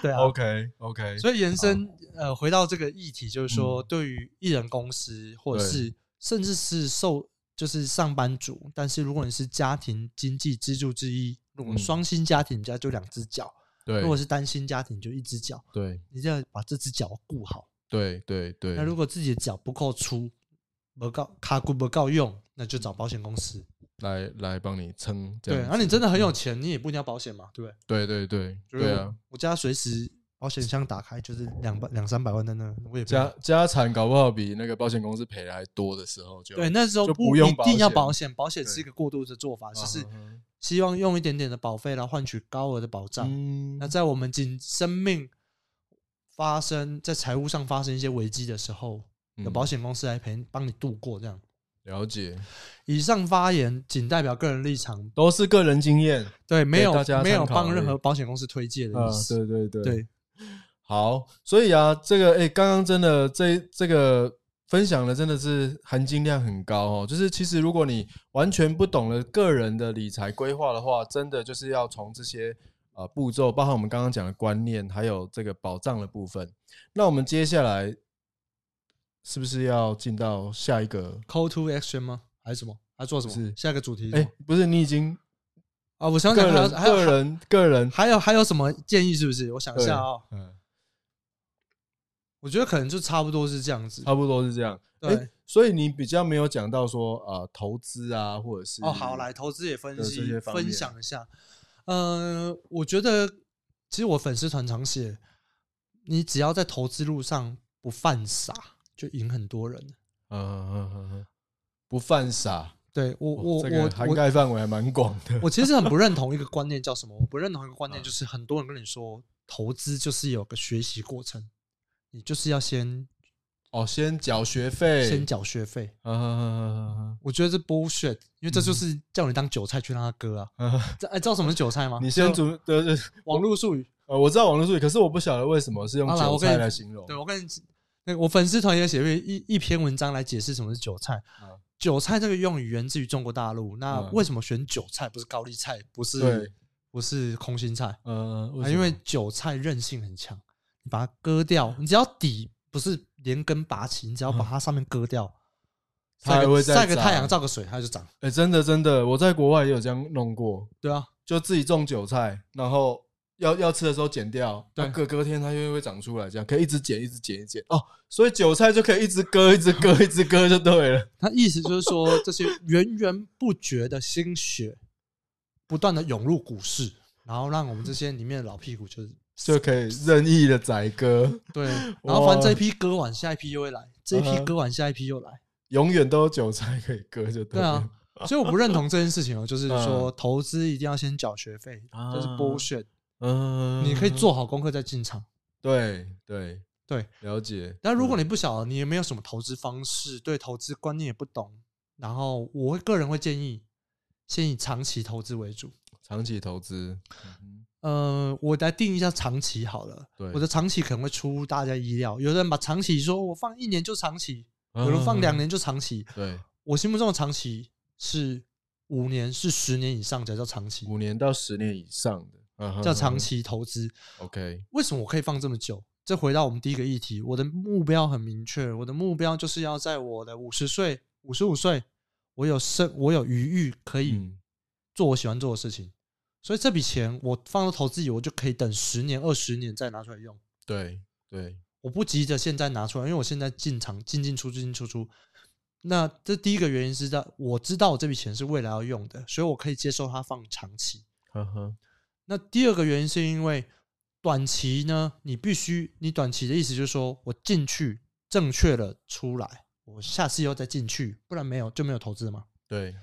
对啊
OK OK，
所以延伸呃，回到这个议题，就是说，对于艺人公司或者
嗯对
是甚至是受就是上班族，但是如果你是家庭经济支柱之一，如果
嗯
双薪家庭，你家就两只脚；
对
如果是单薪家庭，就一只脚。
对
你就要把这只脚顾好。
对对对，
那如果自己的脚不够粗，不够卡骨不够用，那就找保险公司。
来来帮你撑这
对，
样
那、
子，嗯
你真的很有钱，你也不一定要保险嘛，对不对？
对对对
就是
对
我
啊，，
我家随时保险箱打开就是两百两三百万在那，我也不
家家产搞不好比那个保险公司赔的还多的时候就
对，那时候
就
不
不用
一
保
定要
险
保险，保险是
对
一个过渡的做法，就
啊
是
哈哈
希望用一点点的保费来换取高额的保障。
嗯
那在我们仅生命发生在财务上发生一些危机的时候，有
嗯
保险公司来陪帮你度过。这样，
了解，
以上发言仅代表个人立场，
都是个人经验。
对，没
给
有
大家
没有
参考
帮
而
任
已
何保险公司推荐的
啊
意，思。
对对对，
对，
好，所以啊，这个哎，诶刚刚真的这这个分享的真的是含金量很高哦。就是其实如果你完全不懂了个人的理财规划的话，真的就是要从这些呃步骤，包含我们刚刚讲的观念，还有这个保障的部分。那我们接下来是不是要进到下一个？
call to action 吗？还是什么？还做什么
是？
下一个主题是
哎、
什么
不是，你已经
啊？我想
个
想还有还有
人个人个人，
还有还有什么建议？是不是？我想一
对
下啊，
嗯，
我觉得可能就差不多是这样子。
差不多是这样。
对
诶所以你比较没有讲到说呃投资啊，或者是
哦，好，来投资也分
的这
析
些方面
分享一下。呃，我觉得其实我粉丝团常写，你只要在投资路上不犯傻，就赢很多人。
嗯嗯嗯嗯，不犯傻，
对我我
哦这个
我
涵
我
盖范围还蛮广的。
我其实很不认同一个观念叫什么？我不认同一个观念
啊
就是很多人跟你说投资就是有个学习过程，你就是要先
哦，先缴学费，
先缴学费。
啊啊
我觉得这 bullshit，因为这
嗯
就是叫你当韭菜去让他割啊！
啊啊啊！
这哎，知道什么是韭菜吗？
你先
就
准对对，
网络术语，
呃，我知道网络术语，可是我不晓得为什么是用
好啦
韭
我跟你
菜来形容
对。我跟你，那个我粉丝团也写过一一篇文章来解释什么是韭菜。
嗯
韭菜这个用语源自于中国大陆，那
嗯
为什么选韭菜不是高丽菜，不
对
是，不是空心菜？
呃，
啊，
什
因
么
为韭菜韧性很强，你把它割掉，你只要底不是连根拔起，你只要把它上面割掉，
嗯它
晒
还
个
会再
晒个
长
太阳，照个水，它就长。
哎，真的真的，我在国外也有这样弄过，
对啊，
就自己种韭菜，然后要要吃的时候剪掉，
对
它隔隔天它就会长出来，这样可以一直剪，一直剪，一直剪哦。所以韭菜就可以一直割，一直割，一直割就对 了。
它意思就是说，这些源源不绝的心血，不断的涌入股市，然后让我们这些里面的老屁股就是
就可以任意的宰割，
对，然后反正这一批割完，下一批又会来，这一
嗯
批
哼
割完，下一批又来，
永远都有韭菜可以割，就
对
了
啊。所以我不认同这件事情哦，就是说投资一定要先缴学费，
嗯啊
这是 bullshit。
嗯，
你可以做好功课再进场。
对对
对，
了解。
但如果
你
你不晓得，你也没有什么投资方式，对投资观念也不懂，然后我会个人会建议，先以长期投资为主。
长期投资，嗯
呃，我来定一下长期好了。
对
我的长期可能会出乎大家意料。有的人把长期说我放一年就长期，
哼
有人放两，年就长期。
嗯对，
我心目中的长期是五年，是十年以上才叫长期，
五年到十年以上的嗯哼
叫长期投资。
OK，
为什么我可以放这么久？这回到我们第一个议题，我的目标很明确，我的目标就是要在我的五十岁、五十五岁，我有剩，我有余裕可以
嗯
做我喜欢做的事情。所以这笔钱我放到投资里，我就可以等十年、二十年再拿出来用。
对对，
我不急着现在拿出来，因为我现在进场进进出出进进出出。那这第一个原因是在我知道我这笔钱是未来要用的，所以我可以接受它放长期。
呵呵，
那第二个原因是因为短期呢，你必须你短期的意思就是说我进去正确了出来，我下次又再进去，不然没有就没有投资嘛。
对，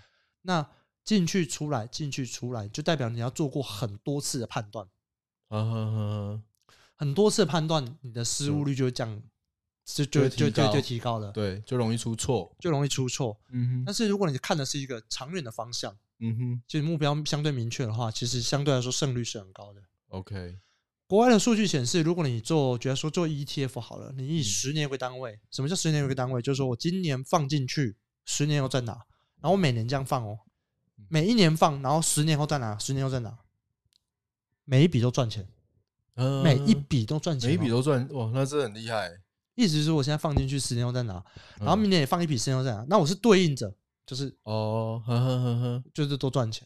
那进去出来，进去出来，就代表你要做过很多次的判断，
啊哈哈，
很多次的判断，你的失误率就会降，就
就
就就
会提高
就就提高了，
对，就容易出错。
就容易出错。
嗯哼，
但是如果你看的是一个长远的方向，
嗯哼
就是目标相对明确的话，其实相对来说胜率是很高的。
，OK，
国外的数据显示，如果你做，假如说做 ETF 好了，
嗯
你以十年为单位，什么叫十年为单位？就是说我今年放进去，十年后再拿，然后我每年这样放哦，
嗯
每一年放，然后十年后再拿，十年后再拿，每一笔都赚钱，
嗯
每一笔都赚钱、
每一笔
都，
都赚，哇，那真的很厉害。
意思是我现在放进去，十年后再拿，然后
嗯
明年也放一笔，十年后再拿，那我是对应着，就是
哦，呵呵呵呵
就是都赚钱。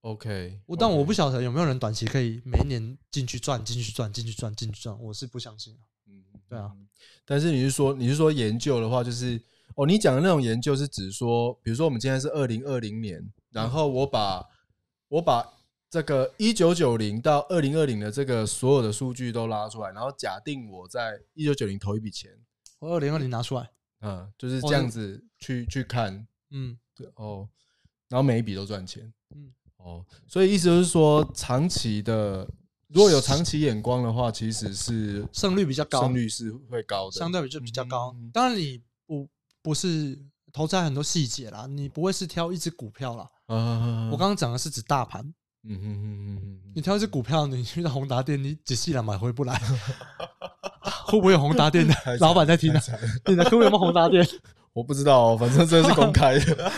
，OK，
我但我
OK
不晓得有没有人短期可以每一年进去赚，进去赚，进去赚，进去赚，我是不相信啊。
嗯，
对啊
嗯。但是你是说你是说研究的话，就是哦，你讲的那种研究是指说，比如说我们今天是二零二零年，然后我把我把这个一九九零到二零二零的这个所有的数据都拉出来，然后假定我在一九九零投一笔钱，
我二零二零拿出来，
嗯，就是
哦
这样子去去看
嗯，
哦，然后每一笔都赚钱，嗯
嗯，
哦，所以意思就是说，长期的如果有长期眼光的话，其实是
胜率比较高
胜，率是会高的，
相对就比较高
嗯。
当然你不不是投资还有很多细节啦，你不会是挑一只股票啦。
啊，
我刚刚讲的是指大盘，
嗯哼哼哼哼
你挑一只股票，你去到宏达店，你仔细来买回不 来，会不会有宏达店的
惨
老板在听呢？你的客户有没有宏达 店？
我不知道、哦，反正这是公 开的。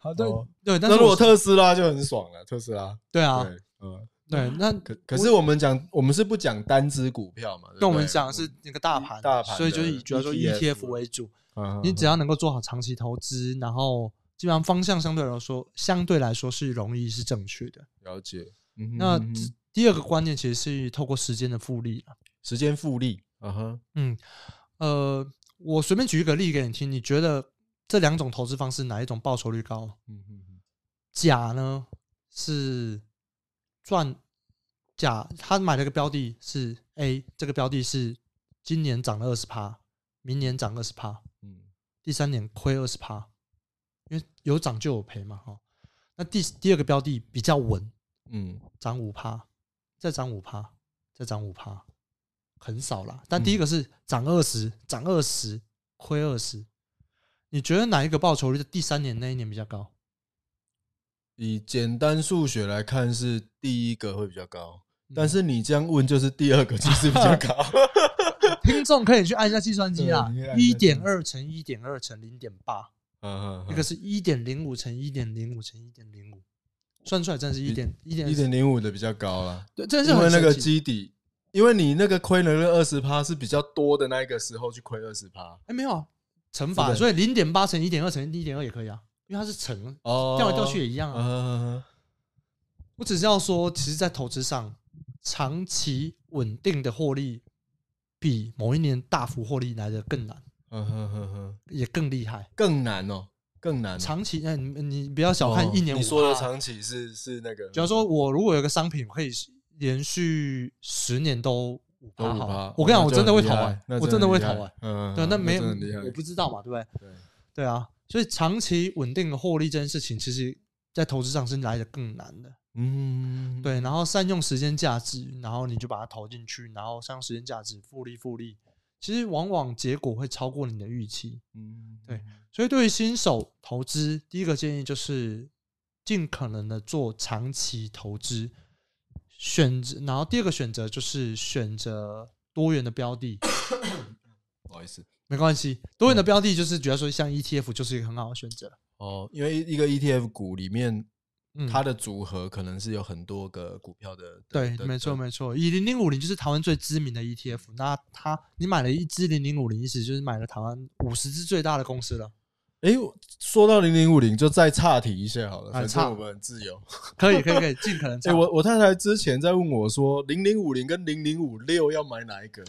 好的，
啊
哦
对，但
那
是
如果
我
特斯拉就很爽了，特斯拉。
对啊，
对，嗯，
对，那
可可是我们讲，我们是不讲单只股票嘛？对不对嗯
那我们讲的是那个大盘，
大盘
所以就是以
的，E
主要说
ETF
ETF 为主。
嗯
你只要能够做好长期投资，然后基本上方向相对来说相对来说是容易是正确的。
了解。嗯哼
那
嗯哼
这第二个观念其实是透过时间的复利啦
时间复利，啊哈，
嗯，呃，我随便举一个例给你听，你觉得这两种投资方式哪一种报酬率高？
嗯哼哼
甲呢是赚甲，他买了个标的是 A，这个标的是今年涨了二十趴，明年涨二十趴，
嗯
第三年亏二十趴，因为有涨就有赔嘛，哈、那第第二个标的比较稳，
嗯
涨五趴，再涨五趴，再涨五趴，很少啦。但第一个是涨二十，涨二十，亏二十。你觉得哪一个报酬率在第三年那一年比较高？
以简单数学来看，是第一个会比较高，
嗯
但是你这样问，就是第二个其实比较高。
听众可以去按一下计算机啦
对你可以，按一
一
下计
点
算
二乘一点二乘零点八，
嗯
一个是一点零五乘一点零五乘一点零五，算出来真的是一点一点
一点零五的比较高啦。
对，真的是
因为
很
那个
神奇
基底，因为你那个亏了那二十趴是比较多的那一个时候去亏二十趴
哎、没有啊乘
是
法，
的
所以零点八乘一点二乘一点二也可以啊，因为它是乘，
哦
掉来掉去也一样啊。
嗯
我只是要说，其实，在投资上，长期稳定的获利比某一年大幅获利来的更难，
嗯哼哼哼，
也更厉害。
更难哦，更难哦。
长期，哎，你你不要小看一年
哦
五、
你说的，长期是是那个，
假如说我如果有一个商品可以连续十年都五
都
趴
五
好
趴
了，我跟你讲，我
那就
真的会
很厉
投
害
哎、
那
我
真
真的会
厉
投
害
哎、
嗯，
对，那没有
真的很厉害
我不知道嘛，对不对？
对
对啊，所以长期稳定的获利这件事情，其实在投资上是来的更难的。
嗯，
对，然后善用时间价值，然后你就把它投进去，然后善用时间价值复利复利，其实往往结果会超过你的预期。
嗯，
对所以对于新手投资，第一个建议就是尽可能的做长期投资，选择，然后第二个选择就是选择多元的标的，
不好意思
没关系，多元的标的就是主要说像 ETF 就是一个很好的选择。
哦，因为一一个 ETF 股里面
嗯，
它的组合可能是有很多个股票的，的
对，
的
没错
的
没错，以零零五零就是台湾最知名的 ETF，那它你买了一支零零五零，意思就是买了台湾五十只最大的公司了，
哎，我说到零零五零，就再岔题一下好了，
啊
反
岔
正我们很自由。
可以可以可以，尽 可能
哎、
差。
我我太太之前在问我说，零零五零跟零零五六要买哪一个？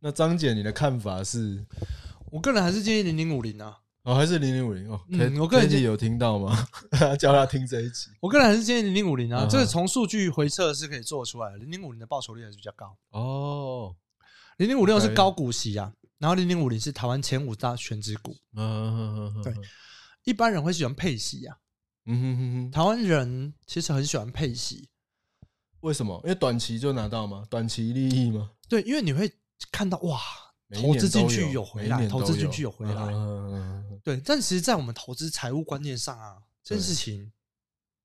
那张姐，你的看法是？
我个人还是建议零零五零啊，
哦，还是零零五零？哦，
嗯
K-
我个人
K 姐
觉
有听到吗？ 叫她听这一集。
我个人还是建议零零五零啊，
嗯
这个从数据回测是可以做出来的，零零五零的报酬率还是比较高，
哦，
零零五六是
OK
高股息啊，然后零零五零是台湾前五大全职股。
嗯嗯
对一般人会喜欢配息啊，
嗯哼哼哼，
台湾人其实很喜欢配息，
为什么？因为短期就拿到吗？短期利益吗？
对，因为你会看到哇，
每一
投
年
资进
都
去
有
回来，投资进去有回来，
嗯
对，但其实，在我们投资财务观念上啊，这件
对
事情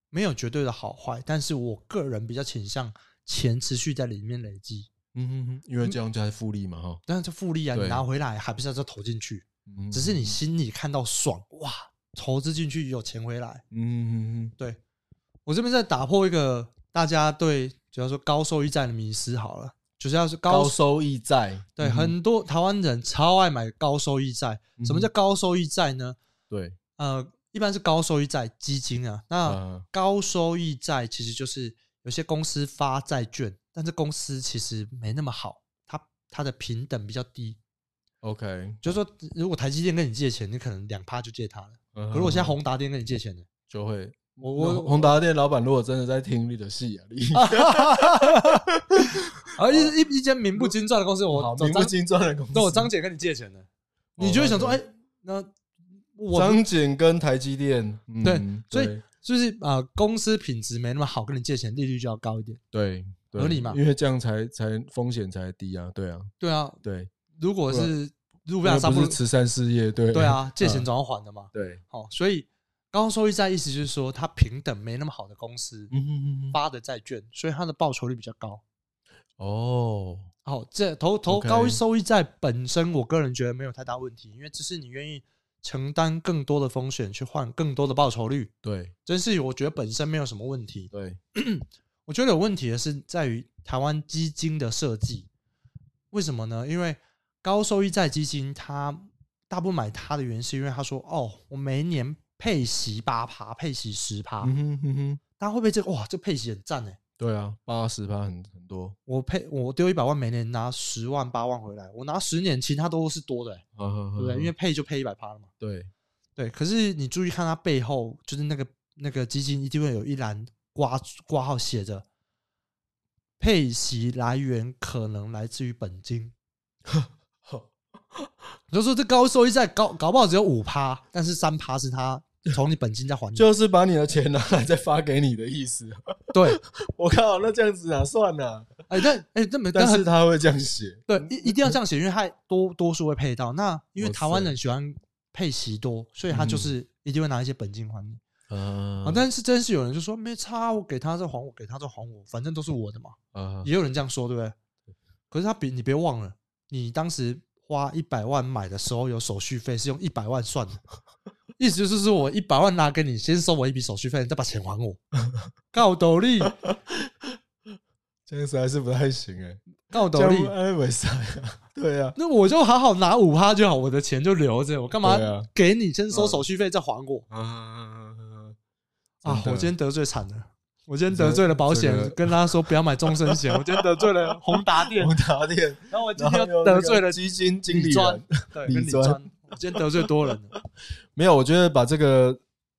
没有绝对的好坏，但是我个人比较倾向钱持续在里面累积，
哼哼，嗯
嗯
因为这样才复利嘛哈。嗯
但是复利啊，你
对
拿回来还不是要再投进去，只是你心里看到爽，哇，投资进去有钱回来。
嗯哼
我这边再打破一个大家对，主要说高收益债的迷思好了，就是要是高
高收益债，嗯
对很多台湾人超爱买高收益债。
嗯
什么叫高收益债呢？
对
呃，一般是高收益债基金啊，那。
啊
高收益债其实就是有些公司发债券，但是公司其实没那么好，它它的平等比较低。
？OK，
就是说，如果台积电跟你借钱，你可能两趴就借他了。可
可
是我现在宏达电跟你借钱呢，
嗯就会，
我
我
我
宏达店老板如果真的在听你的戏啊，你
啊一一一间名不经传的公司，我
好
找
名不
张
经传的公司，
那我张姐跟你借钱呢，你就会想说，哎，那我
张景跟台积电，嗯
对所以
对
就是啊，公司品质没那么好，跟你借钱利率就要高一点。
对对
合理嘛
因为这样才才风险才低啊，对啊，
对啊，
对，啊
如果是路
不
边沙
不
布
是，慈善事业，对
对，啊，借钱
嗯
总要还的嘛。
对，
哦，所以高收益债意思就是说，它平等没那么好的公司
嗯哼哼哼
发的债券，所以它的报酬率比较高。
哦，
哦，这投投
OK
高收益债本身，我个人觉得没有太大问题，因为只是你愿意承担更多的风险去换更多的报酬率，
对
这件事情我觉得本身没有什么问题。
对，
我觉得有问题的是在于台湾基金的设计，为什么呢？因为高收益债基金它大部分买它的原因是因为他说，哦，我每年配息八趴，配息十趴，
嗯哼哼哼，
大家会不会这个哇，这配息很赞哎！
对啊，八十趴很很多，
我配我丢一百万，每年拿十万八万回来，我拿十年，其他都是多的欸、
对
对不对？因为配就配一百趴了嘛。
对
对，可是你注意看它背后，就是那个那个基金一定会有一栏挂挂号写着，配息来源可能来自于本金。 你就说这高收益债搞搞不好只有五趴，但是三趴是他 从你本金再还你。
就是把你的钱拿来再发给你的意思。啊
对，
我靠，那这样子啊，算了。
哎，但哎，这么
但
很
是他会这样写，
对，一一定要这样写，因为它多多数会配到。那因为
哇
台湾
塞嗯
人喜欢配息多，所以他就是一定会拿一些本金还你
啊
啊。但是真是有人就说没差，啊我给他再还我，给他再还我，反正都是我的嘛。
啊
也有人这样说，对不对？可是他别你别忘了，你当时花一百万买的时候有手续费，是用一百万算的，意思就是说我一百万拿给你，先收我一笔手续费，你再把钱还 我，告斗笠，
这样实在是不太行哎、
告
这
斗笠
样。安维塞啊， 对啊，
那我就好好拿五趴就好，我的钱就留着，我干嘛
对啊
给你先收手续费再还我
啊，
啊？我
真的
今天得罪惨了，我今天得罪了保险
这个，
跟他说不要买终身险，我今天得罪了宏达电，
宏达店，
然后我 今
然后
天
又
又
那
得
个
罪了
基金经理
专
人，，
对，
理
跟李
专
专，我今天得罪多人了。
没有，我觉得把这个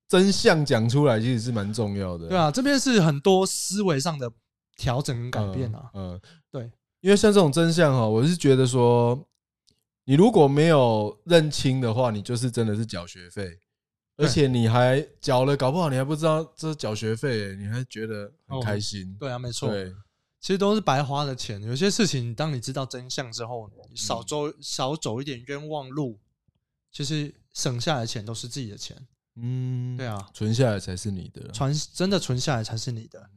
真相讲出来其实是蛮重要的。
对啊，这边是很多思维上的调整跟改
嗯，
变啊。
嗯，
对，
因为像这种真相哈，我是觉得说，你如果没有认清的话，你就是真的是缴学费，
对
而且你还缴了，搞不好你还不知道这是缴学费耶，你还觉得很开心。
对啊，没错，
对
其实都是白花的钱。有些事情，当你知道真相之后，你少
嗯
走少走一点冤枉路，其实省下来的钱都是自己的钱。
嗯，
对，啊，
存下来才是你的。
存真的存下来才是你的。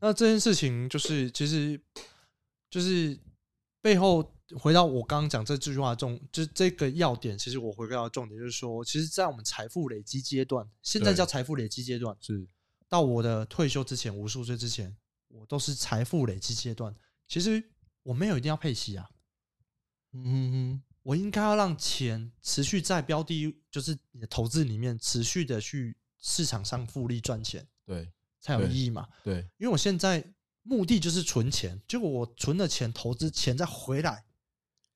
那这件事情就是，其实就是背后回到我刚刚讲这句话的重，就是这个要点。其实我回归到重点，就是说，其实，在我们财富累积阶段，现在
对
叫财富累积阶段，
是，
到我的退休之前，五十五岁之前，我都是财富累积阶段。其实我没有一定要配息啊，
嗯
我应该要让钱持续在标的，就是你的投资里面持续的去市场上复利赚钱，
对
才有
对
意义嘛。
对，
因为我现在目的就是存钱，结果我存了钱，投资钱再回来，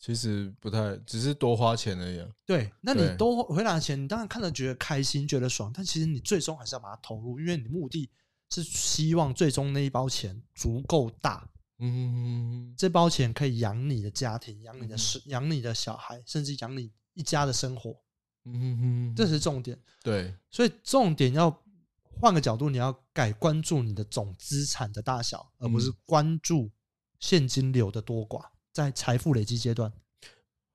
其实不太，只是多花钱而已啊。
对，那你
对
都回来的钱，你当然看着觉得开心，觉得爽，但其实你最终还是要把它投入，因为你目的是希望最终那一包钱足够大，
嗯，
这包钱可以养你的家庭，养你的事，养你的小孩，甚至养你一家的生活，
嗯
这是重点。
对，
所以重点要换个角度，你要改关注你的总资产的大小，而不是
嗯
关注现金流的多寡。在财富累积阶段，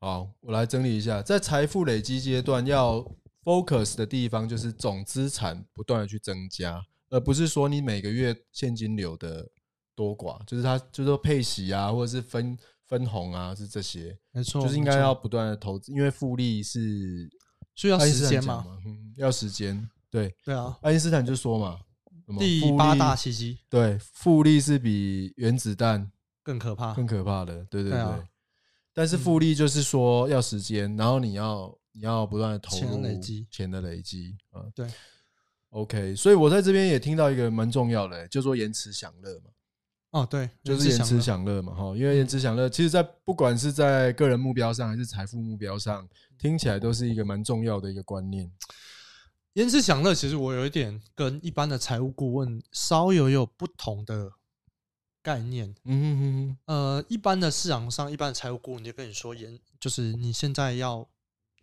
好，我来整理一下，在财富累积阶段要 focus 的地方就是总资产不断的去增加，而不是说你每个月现金流的多寡，就是它就是说配息啊，或者是分分红啊，是这些，
没错，
就是应该
哦没错
要不断的投资，因为复利是
需要
爱因
时
斯坦
间
讲
嘛？
嘛，嗯，要时间。对，
对啊，
爱因斯坦就说嘛，什么
第
嗯复利
八大奇迹
对复利是比原子弹
更可怕。
更可怕的，对
啊对
对对。
啊嗯
但是复利就是说要时间，然后你要你要不断的投
钱的
入
累积
钱的累积啊。
对
，OK，所以我在这边也听到一个蛮重要的、就说延迟享乐嘛，
哦，对，
就是延迟
了
享乐嘛，哈，
嗯
因为延迟享乐，其实在不管是在个人目标上还是财富目标上，听起来都是一个蛮重要的一个观念。
延迟享乐，其实我有一点跟一般的财务顾问稍有有不同的概念。
嗯哼哼哼，
呃，一般的市场上，一般的财务顾问就跟你说，延就是你现在要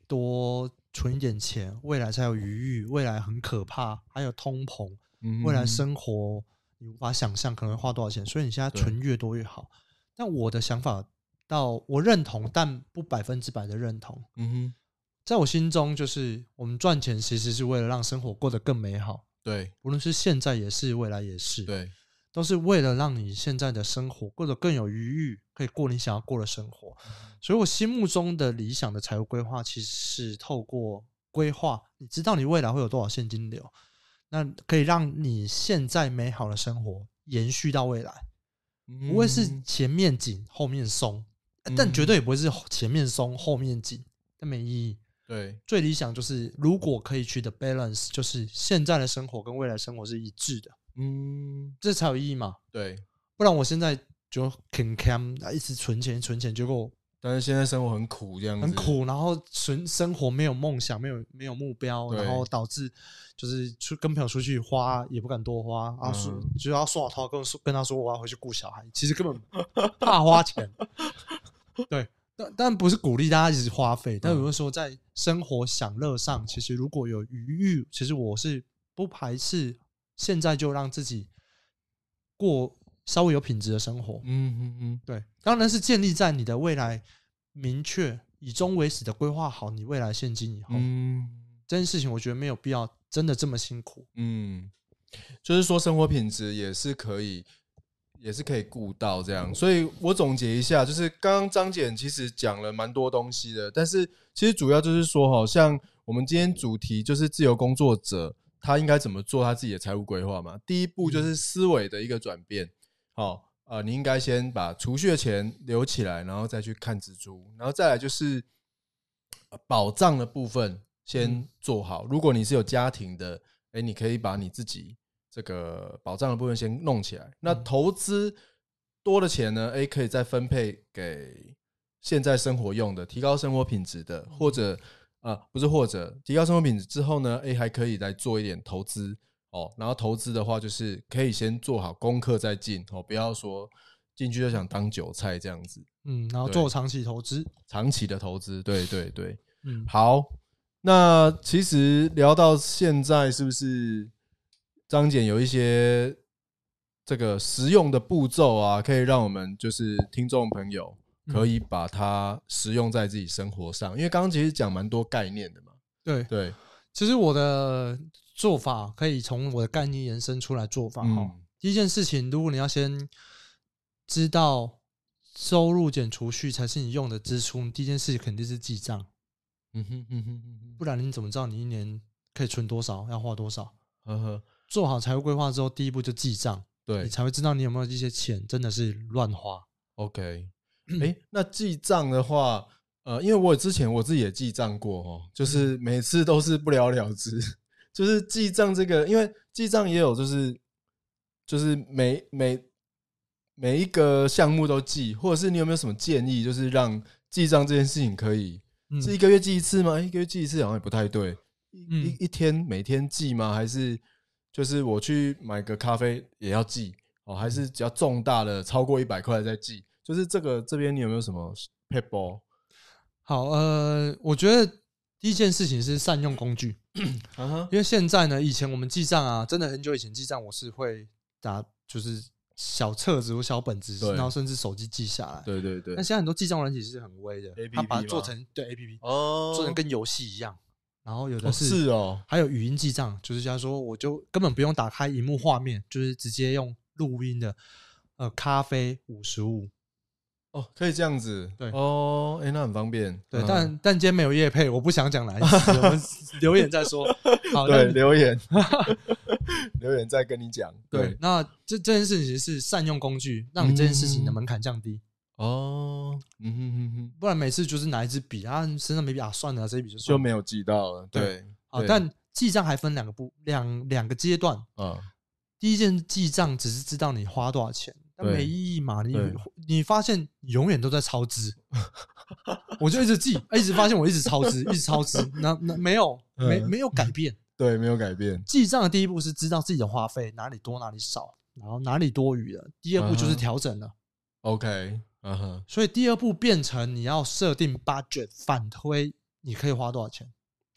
多存一点钱，未来才有余裕，未来很可怕，还有通膨，
嗯哼
未来
哼
生活你无法想象可能会花多少钱，所以你现在
对
存越多越好。但我的想法到我认同，但不百分之百的认同。
嗯哼，
在我心中，就是我们赚钱其实是为了让生活过得更美好，
对
无论是现在也是，未来也是，，
对，
都是为了让你现在的生活过得更有余裕，可以过你想要过的生活。所以我心目中的理想的财务规划，其实是透过规划，你知道你未来会有多少现金流，那可以让你现在美好的生活延续到未来，不会是
嗯
前面紧后面松，呃但绝对也不会是前面松后面紧，那没意义。
对，
最理想就是，如果可以取得 balance，就是现在的生活跟未来生活是一致的，
嗯，
这才有意义嘛。
对。
不然我现在就 can cam 啊一直存钱存钱，结果
但是现在生活很苦，这样子
很，苦，然后存生活没有梦想，没有没有目标，
对
然后导致就是出跟朋友出去花也不敢多花啊，
嗯
说就要送我掏跟我说跟他说我要回去顾小孩，其实根本怕花钱。 对，但但不是鼓励大家一直花费，
嗯
但有的时候在生活享乐上，其实如果有余裕，其实我是不排斥现在就让自己过稍微有品质的生活。
嗯嗯嗯，
对，当然是建立在你的未来明确以终为始的规划好你未来现金以后，
嗯
这件事情我觉得没有必要真的这么辛苦。
嗯，就是说生活品质也是可以，也是可以顾到这样。所以我总结一下，就是刚刚张姐其实讲了蛮多东西的，但是其实主要就是说，好像我们今天主题就是自由工作者他应该怎么做他自己的财务规划嘛。第一步就是思维的一个转变，好、呃，你应该先把储蓄的钱留起来，然后再去看蜘蛛，然后再来就是呃保障的部分先做好。如果你是有家庭的，哎、你可以把你自己这个保障的部分先弄起来。那投资多的钱呢，哎、可以再分配给现在生活用的，提高生活品质的，或者呃，不是或者提高生活品质之后呢，哎、还可以来做一点投资。哦，然后投资的话，就是可以先做好功课再进哦，不要说进去就想当韭菜这样子。
嗯，然后
对
做长期投资，
长期的投资，对对对，
嗯，
好。那其实聊到现在，是不是张姐有一些这个实用的步骤啊，可以让我们就是听众朋友可以把它实用在自己生活上？因为刚刚其实讲蛮多概念的嘛，
对。
对，
其实我的做法可以从我的概念延伸出来做法哈。
嗯
第一件事情，如果你要先知道收入减储蓄才是你用的支出，你第一件事情肯定是记账，
嗯哼嗯哼嗯
不然你怎么知道你一年可以存多少，要花多少？
哼，呵呵，
做好财务规划之后，第一步就记账。
对
你才会知道你有没有一些钱真的是乱花。
，OK，哎、那记账的话，呃，因为我之前我自己也记账过哦，就是每次都是不了了之， 就是记账这个，因为记账也有就是就是每每每一个项目都记，或者是你有没有什么建议，就是让记账这件事情可以
嗯
是一个月记一次吗？诶一个月记一次好像也不太对，
嗯
一一天每天记吗？还是就是我去买个咖啡也要记，哦，还
嗯
是只要重大的超过一百块再记。就是这个这边你有没有什么 p a p e
好，呃，我觉得第一件事情是善用工具，
啊哈，
因为现在呢，以前我们记账啊，真的很久以前记账，我是会打就是小册子或小本子，
对
然后甚至手机记下来。
对对对
那，现在很多记账软体是很微的
APP，
它把它
吗
做成对 A P P
哦
做成跟游戏一样，然后有的
哦是哦，
还有语音记账，就是假如说我就根本不用打开荧幕画面，就是直接用录音的，呃，咖啡五十五，
哦，可以这样子，
对
哦，哎、那很方便。
对，
嗯
但但今天没有夜配，我不想讲哪一集，我们 留言再说。好，那
对 留言， 留言再跟你讲。
对，那这这件事情是善用工具，让你这件事情
嗯
的门槛降低，
哦，嗯哼哼哼，
不然每次就是拿一支笔啊，身上没笔啊，算了，这一笔就
就
算了。
没有记到了。
对
对，
好，
对
但记账还分两个步，两两个阶段。
啊，
第一件记账只是知道你花多少钱，但
对
没意义嘛。你
对
你发现你永远都在超支， 我就一直记，一直发现我一直超支，一直超支，那那没有没
嗯
没有改变。
对，没有改变。
记账的第一步是知道自己的花费哪里多哪里少，然后哪里多余了。第二步就
嗯
是
哼
调整了，
OK，嗯哼，
所以第二步变成你要设定 budget，反推你可以花多少钱，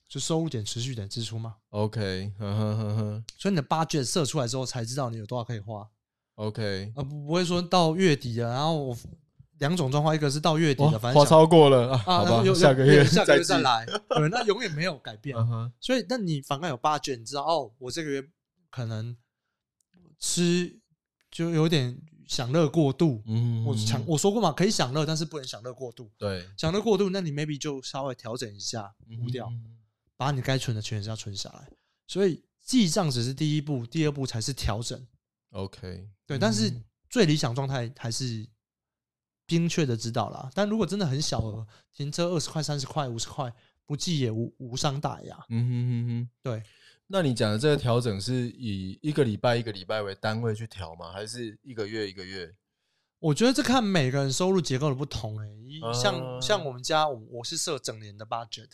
就收入减持续点支出嘛。
OK，嗯哼哼哼
所以你的 budget 设出来之后，才知道你有多少可以花，
，OK。
而不不会说到月底了，然后我两种状况，一个是到月底
哇
了，反正
花
想
超过了啊，
啊，
好
然后
吧，
又
下
又
个
又
月
下个
再
月再
记。
来，对，那永远没有改变。
嗯哼，
所以，那你反而有 budget，你知道哦，我这个月可能吃就有点享乐过度。
嗯
我享我说过嘛，可以享乐，但是不能享乐过度。
对
享乐过度，那你 maybe 就稍微调整一下
嗯
步调，把你该存的钱是要存下来。所以记账只是第一步，第二步才是调整。
OK，
对，但是最理想状态还是精确的知道啦。但如果真的很小额，停车二十块、三十块、五十块，不记也无无伤大雅。
嗯哼哼哼。
对，
那你讲的这个调整是以一个礼拜一个礼拜为单位去调吗？还是一个月一个月？
我觉得这看每个人收入结构的不同诶、一像
啊
像我们家，我我是设整年的 budget，、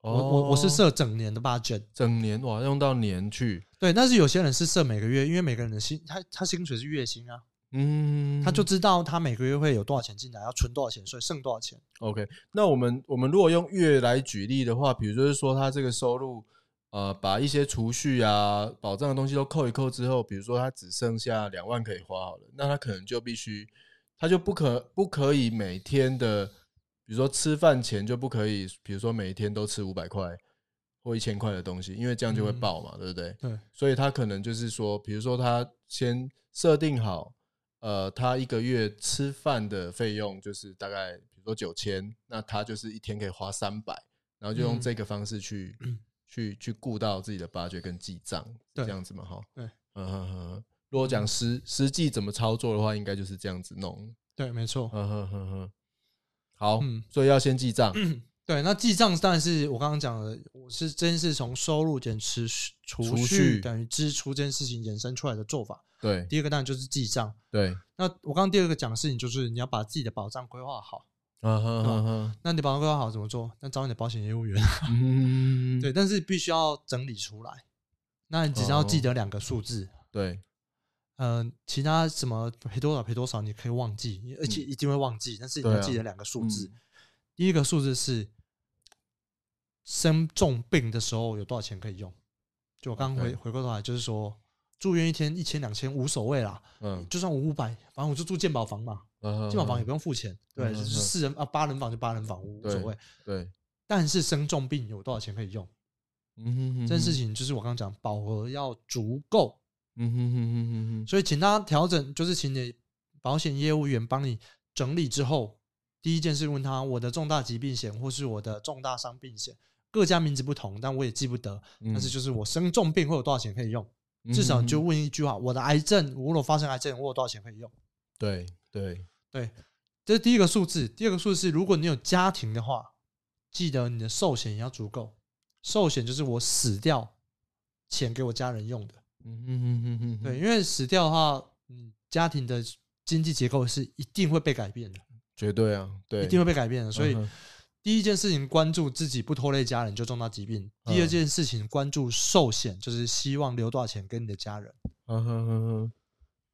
我我我是
设
设整年的 budget，
哦整年哇，用到年去，
对。但是有些人是设每个月，因为每个人的薪他他薪水是月薪啊，
嗯，
他就知道他每个月会有多少钱进来，要存多少钱，所以剩多少钱。
OK，那我们我们如果用月来举例的话，比如就是说他这个收入，呃，把一些储蓄啊、保障的东西都扣一扣之后，比如说他只剩下两万可以花好了，那他可能就必须，他就不可不可以每天的，比如说吃饭前就不可以，比如说每天都吃五百块或一千块的东西，因为这样就会
嗯
爆嘛，对不对？
对，
所以他可能就是说，比如说他先设定好，呃，他一个月吃饭的费用就是大概，比如说九千，那他就是一天可以花三百，然后就用
嗯
这个方 式去、去去顾到自己的八觉跟记账，是
对
这样子嘛，哈，
对
嗯，嗯嗯嗯。如果讲实实际怎么操作的话，应该就是这样子弄，
对，没错。
嗯哼哼哼。好，
嗯
所以要先记账，
对，那记账当然是我刚刚讲的，我是真是从收入减持续储
储
蓄
蓄
等于支出这件事情衍生出来的做法。
对
第一个当然就是记账。
对，
那我刚刚第二个讲的事情就是你要把自己的保障规划好。
嗯哼哼哼，
那你保障规划好怎么做？那找你的保险业务 员。
嗯，
对，但是必须要整理出来。那你只要记
哦
得两个数字，
对，
嗯、其他什么赔多少赔多少你可以忘记，而且一定会忘记。但是你
嗯对
要
啊
记得两个数字，
嗯
第一个数字是生重病的时候有多少钱可以用。就我刚回
OK
回过头来，就是说住院一天一千两千无所谓啦，
嗯，
就算五百，反正我就住健保房嘛，
嗯
健保
哼
房也
哼
不用付钱，对，
嗯
就是
嗯
四人啊八人房就八人房无无所
对
谓。
对，
但是生重病有多少钱可以用？
嗯哼哼
这件事，情就是我刚刚讲保额要足够，
嗯哼哼哼哼哼，
所以请他调整，就是请你保险业务员帮你整理之后，第一件事问他我的重大疾病险或是我的重大伤病险，各家名字不同，但我也记不得。
嗯
但是就是我生重病会有多少钱可以用？
就
至少你就问一句话：我的癌症，我如果发生癌症，我有多少钱可以用？
对对，
这是第一个数字。第二个数字是，如果你有家庭的话，记得你的寿险也要足够。寿险就是我死掉钱给我家人用的。
嗯哼哼哼哼，
对，，因为死掉的话，你家庭的经济结构是一定会被改变的，
绝对啊，对，
一定会被改变的。所以
嗯哼
第一件事情关注自己不拖累家人，就重大疾病；
嗯
第二件事情关注寿险，就是希望留多少钱给你的家人。
嗯哼哼哼，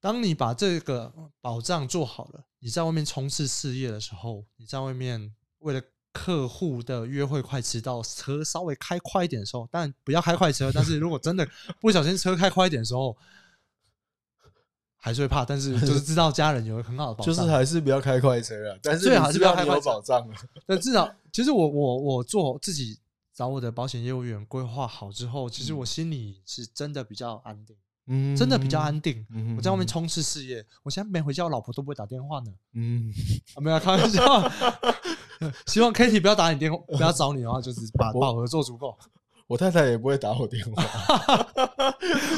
当你把这个保障做好了，你在外面冲刺事业的时候，你在外面为了客户的约会快迟到，车稍微开快一点的时候，当然不要开快车，但是如果真 的不小心车开快一点的时候，还是会怕，但是就是知道家人有很好的保
就
障，
是还是不要开快车啊，但是
最好
你
是
知
不要
道
开
你
快
有
车
保障啊。
但至少，其实我我我做自己找我的保险业务员规划好之后，其实我心里是真的比较安定，
嗯
真的比较安定。
嗯
我在外面，冲刺事业，我现在每回家我老婆都不会打电话呢。
嗯，
啊，没有开玩笑， 希望 Kitty 不要打你 电话，不要找你的话，就是把
我
把合作足够。
我太太也不会打我电话，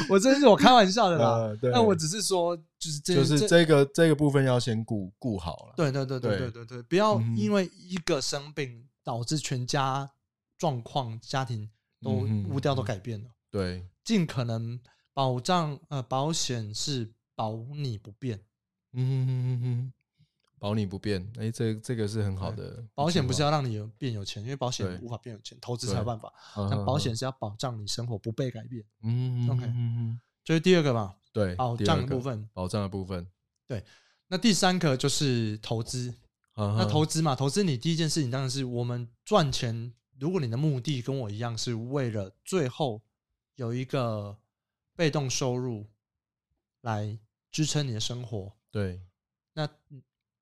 我这是我开玩笑的啦
呃，对
但我只是说，就是这
就是这个这个部分要先顾顾好了。
对对对对
对
对对对，不要
嗯哼
因为一个生病导致全家状况、家庭都
嗯哼
步调都
嗯哼
改变了。
对，
尽可能保障呃保险是保你不变，
嗯嗯嗯嗯，保你不变，哎，这这个是很好的。
保险不是
要，
要让你有变有钱，因为保
对
险无法变有钱，投资
对
才有办法。
嗯
但保，险是要保障你生活不被改变，
嗯嗯嗯
OK
嗯嗯，
这是第二个嘛，
对，
保
第
障
二
的
个
部，分。
保障的部分。
那第三个就是投资，
那
那投资嘛，投资你第一件事情当然是我们赚钱。如果你的目的跟我一样，是为了最后有一个被动收入来支撑你的生活，
对，
那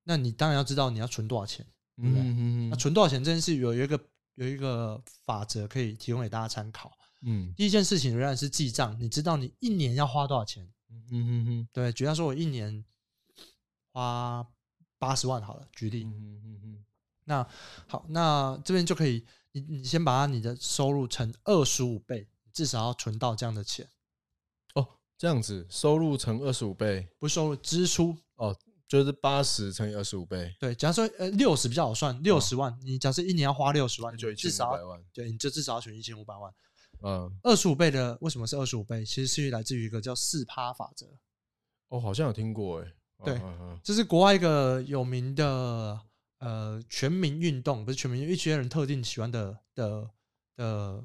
那你当然要知道你要存多少钱。
嗯
对
嗯
那存多少钱这件事有一个有一个法则可以提供给大家参考。
嗯
第一件事情仍然是记账，你知道你一年要花多少钱？
嗯嗯
对，举例来说，我一年花八十万好了，举例。
嗯嗯嗯，
那好，那这边就可以，你你先把你的收入乘二十五倍，至少要存到这样的钱，
哦，这样子，收入乘二十五倍，
不是收入支出。
就是八十乘以二十五倍，
对，假如说呃六十比较好算，六十万，你假设一年要花六十万，
嗯那
你
就一
至
千
少
五百
要
万。
对，你就至少要存一千五百万。
嗯，
二十五倍的为什么是二十五倍？其实是来自于一个叫四趴法则，
哦，好像有听过哎。
对
嗯嗯
这是国外一个有名的呃全民运动，不是全民运动，一些人特定喜欢的的的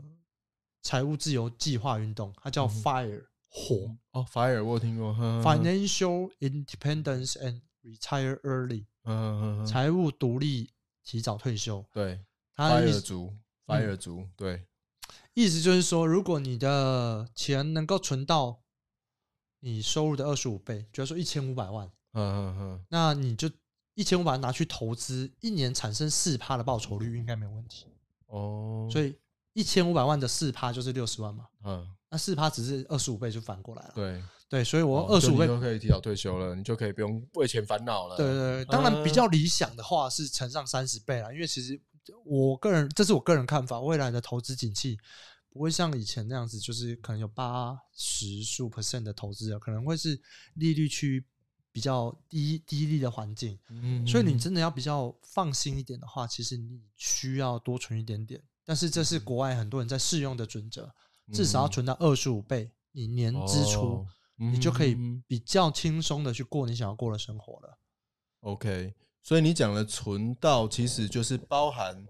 财务自由计划运动，它叫
嗯哼
FIRE、火
嗯哦，fire 我有听过。嗯嗯嗯
Financial Independence and Retire Early
嗯嗯嗯嗯，
财务独立提早退休。
对
它的意
，fire
思
族
嗯
，fire 族，对，
意思就是说，如果你的钱能够存到你收入的二十五倍，比如说一千五百万，
嗯嗯嗯，
那你就一千五百拿去投资，一年产生四趴的报酬率应该没有问题。
哦，
所
以，
以一千五百万的四趴就是六十万嘛，
嗯，
那四趴只是二十五倍就反过来了。
对，
对，所以我
哦
二十
就
五
你
倍，
就可以提早退休了，你就可以不用为钱烦恼了。
对对对，当然比
嗯
较理想的话是乘上三十倍啦，因为其实我个人这是我个人看法，未来的投资景气不会像以前那样子，就是可能有八十数 percent 的投资者可能会是利率区比较低低利的环境，
嗯，嗯
所以你
嗯
真的要比较放心一点的话，其实你需要多存一点点，但是这是
嗯
国外很多人在适用的准则，至少要存到二十五倍你年支出
哦，
你就可以
嗯嗯嗯
比较轻松的去过你想要过的生活了。
OK，所以你讲的存到其实就是包含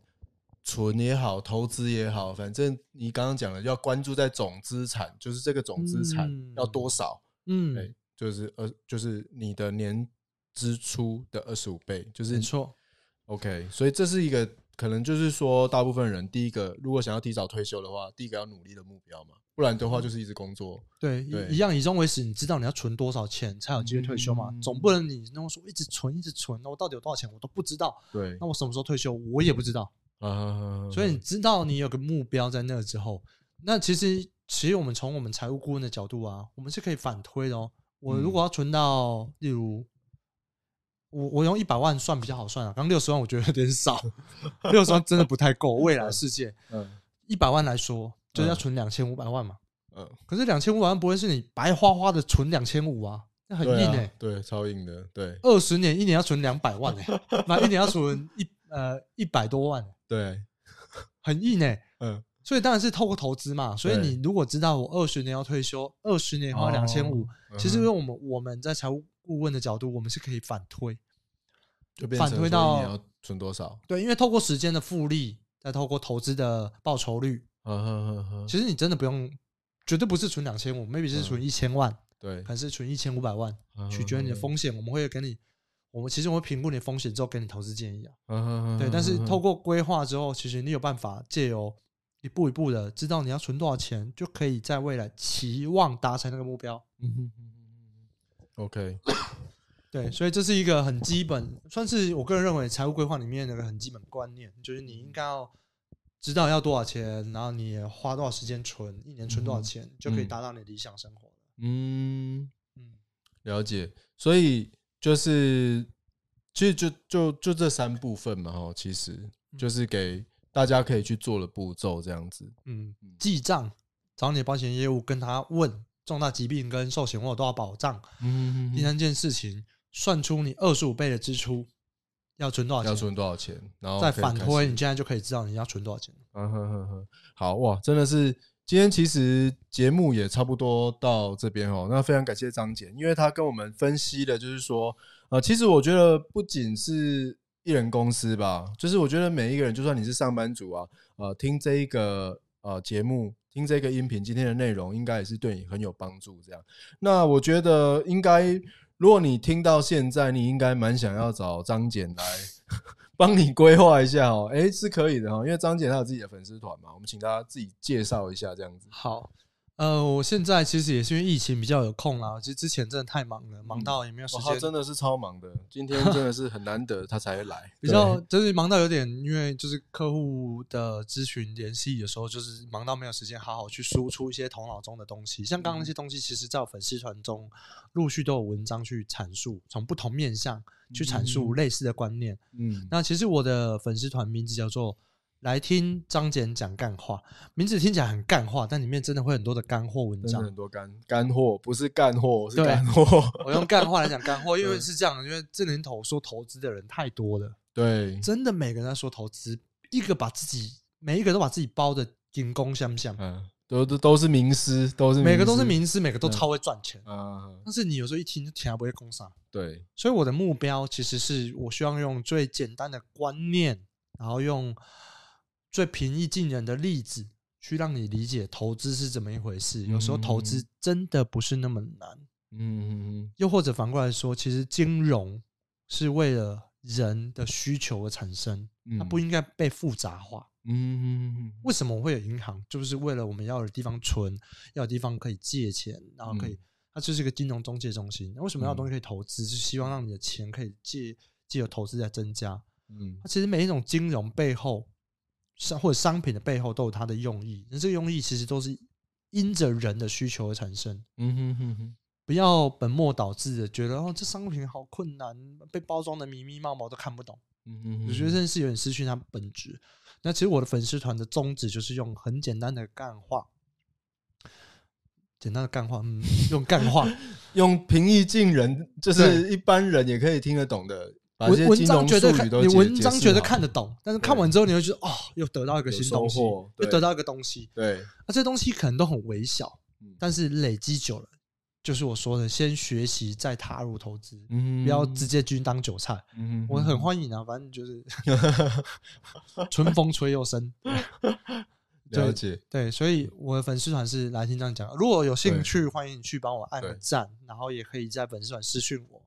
存也好，投资也好，反正你刚刚讲的要关注在总资产，就是这个总资产
嗯
要多少，
嗯，
对，就是二，就是你的年支出的二十五倍，就是
没错，
OK，所以这是一个可能就是说，大部分人第一个如果想要提早退休的话，第一个要努力的目标嘛，不然的话就是一直工作，
对，
对
一一样以终为始，你知道你要存多少钱才有机会退休嘛？
嗯
总不能你那么说一直存一直存，那我到底有多少钱我都不知道，
对
那我什么时候退休我也不知道。
啊，
哦所以你知道你有个目标在那之后，那其实其实我们从我们财务顾问的角度啊，我们是可以反推的哦。我
嗯
如果要存到，例如我我用一百万算比较好算啊，刚六十万我觉得有点少，六十万真的不太够。未来世界
嗯
一百万来说，就是要存两千五百万嘛。
嗯，
可是两千五百万不会是你白花花的存两千五啊，那很硬
对啊
哎、
对，超硬的，对
二十年一年要存两百万哎、 那一年要存一呃一百多万欸、
对，
很硬哎、
嗯。
所以当然是透过投资嘛。所以
对
你如果知道我二十年要退休，二十年花两千五
哦，
其实
嗯哼
用我们我们在财务顾问的角度，我们是可以反推，
就变
反
成
推
说
到
一年要存多少？
对，因为透过时间的复利，再透过投资的报酬率，
嗯哼哼哼，
其实你真的不用，绝对不是存两千五，maybe 是存一千万，
嗯对
可，能是存一千五百万
嗯
取决于你的风险，我们会给你，我们其实我们会评估你的风险之后给你投资建议啊。
嗯，
对，
嗯
但是
嗯
透过规划之后，其实你有办法借由一步一步的知道你要存多少钱，就可以在未来期望达成那个目标。
嗯哼嗯哼嗯哼 OK，
对，所以这是一个很基本，算是我个人认为财务规划里面的一个很基本观念，就是你应该要知道要多少钱，然后你花多少时间存，一年存多少
嗯
钱，就可以
嗯
达到你的理想生活了。
嗯，
嗯，
了解，所以就是，其实就就就这三部分嘛，哈，其实就是给大家可以去做的步骤这样子。
嗯，记账，找你的保险业务跟他问重大疾病跟寿险我有多少保障。
嗯
第三件事情，算出你二十五倍的支出要存多
要
少钱，
存多少钱，然后
再
可以
反
开
推，
始
你现在就可以知道你要存多少钱。
嗯哼哼哼，好哇，真的是今天其实节目也差不多到这边哦。那非常感谢张姐，因为她跟我们分析的，就是说，呃，其实我觉得不仅是艺人公司吧，就是我觉得每一个人，就算你是上班族啊，呃，听这一个呃节目，听这个音频今天的内容，应该也是对你很有帮助。这样，那我觉得应该，如果你听到现在，你应该蛮想要找张简来帮你规划一下哦。诶，是可以的哦，因为张简他有自己的粉丝团嘛，我们请大家自己介绍一下这样子。
好，呃，我现在其实也是因为疫情比较有空啦，其实之前真的太忙了，忙到也没有时
嗯哇，
间
他，真的是超忙的，今天真的是很难得他才会来，
比较就是忙到有点，因为就是客户的咨询联系，有时候就是忙到没有时间好好去输出一些头脑中的东西。像
嗯
刚刚那些东西，其实在我粉丝团中陆续都有文章去阐述，从不同面向去阐述类似的观念。
嗯，
那其实我的粉丝团名字叫做“来听张简讲干话”，名字听起来很干话，但里面真的会很多的干货文
真的
章
很。多干干货，不是干货，是
对
干货，
我用干话来讲干货，因为是这样，因为这年头说投资的人太多了。
对，
真的每个人在说投资，一个把自己每一个都把自己包的紧弓相向，
嗯，都都都是名师，都嗯是
每个都是
师
名师，每个都超会赚钱。
啊，
但是你有时候一听就听不会攻上，
对，
所以我的目标其实是我希望用最简单的观念，然后用最平易近人的例子去让你理解投资是怎么一回事。有时候投资真的不是那么难，
嗯嗯
又或者反过来说，其实金融是为了人的需求而产生，
嗯，
它不应该被复杂化。
嗯，嗯
为什么会有银行？就是为了我们要有地方存，要有地方可以借钱，然后可以，
嗯
它就是一个金融中介中心。那为什么要有东西可以投资？就是希望让你的钱可以借，借由投资在增加。
嗯
它其实每一种金融背后，商或者商品的背后都有它的用意，那这个用意其实都是因着人的需求而产生。
嗯哼哼哼，
不要本末倒置的觉得哦，这商品好困难，被包装的迷迷毛毛都看不懂。
嗯哼哼，
我觉得真的是有点失去它本质。那其实我的粉丝团的宗旨就是用很简单的干话，简单的干话，嗯， 用干话
用平易近人，就
对
是一般人也可以听得懂的，把这
文
些
文
金
章
融
绝对
术
看，
语都
你
解
文
解
章
释
绝对
好
看得懂，但是看完之后你会觉得哦，又得到一个
有
新
收
东西，
获
又
对
得到一个东西。
对，
那这东西可能都很微小
嗯，
但是累积久了，就是我说的，先学习再踏入投资，
嗯
不要直，接去当韭菜。
嗯
我很欢迎啊，反正就是 春风吹又生。对
了解，
对，所以我的粉丝团是来听这样讲。如果有兴趣，欢迎你去帮我按个
对
赞，然后也可以在粉丝团私讯我。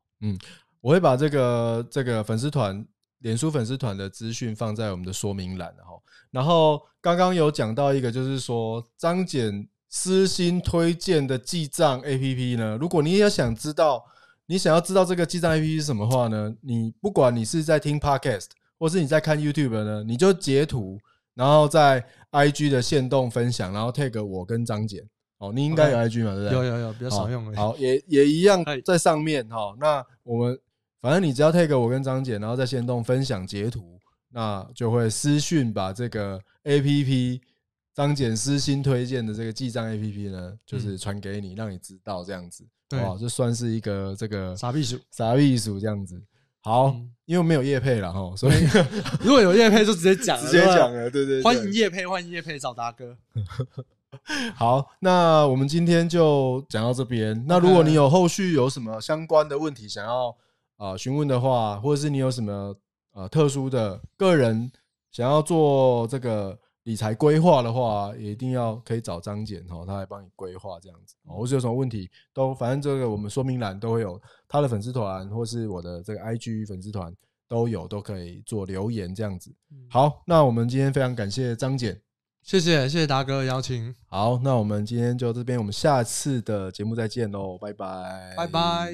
我会把这个这个粉丝团。脸书粉丝团的资讯放在我们的说明栏，然后，然后刚刚有讲到一个，就是说张简私心推荐的记账 A P P 呢，如果你也想知道，你想要知道这个记账 A P P 是什么话呢，你不管你是在听 Podcast 或是你在看 YouTube 呢，你就截图，然后在 I G 的线动分享，然后 tag 我跟张简，哦，你应该有 I G 嘛，对不对？
有有有，比较少用而已。
哦
哎
好，好也也一样
嗨
在上面哈、那我们反正你只要 take 我跟张姐，然后在线动分享截图，那就会私讯把这个 A P P 张姐私心推荐的这个记账 A P P 呢，就是传给你，让你知道这样子，
嗯对
哇，这算是一个这个
傻避暑。
啥艺术这样子。好，
嗯
因为没有叶配了哈，所以
如果有叶配就直接讲，
直接讲
了
了，对对
对
对
吧。欢迎叶配，欢迎叶配找达哥。
好，那我们今天就讲到这边。那如果你有后续有什么相关的问题想要啊询、问的呃话，或者是你有什么呃特殊的个人想要做这个理财规划的话，也一定要可以找张简哦，他来帮你规划这样子哦。或是有什么问题，都反正这个我们说明栏都会有他的粉丝团，或是我的这个 IG 粉丝团都有，都可以做留言这样子。好，那我们今天非常感谢张简。
谢谢谢谢达哥的邀请，
好，那我们今天就这边，我们下次的节目再见喽，拜拜，
拜拜。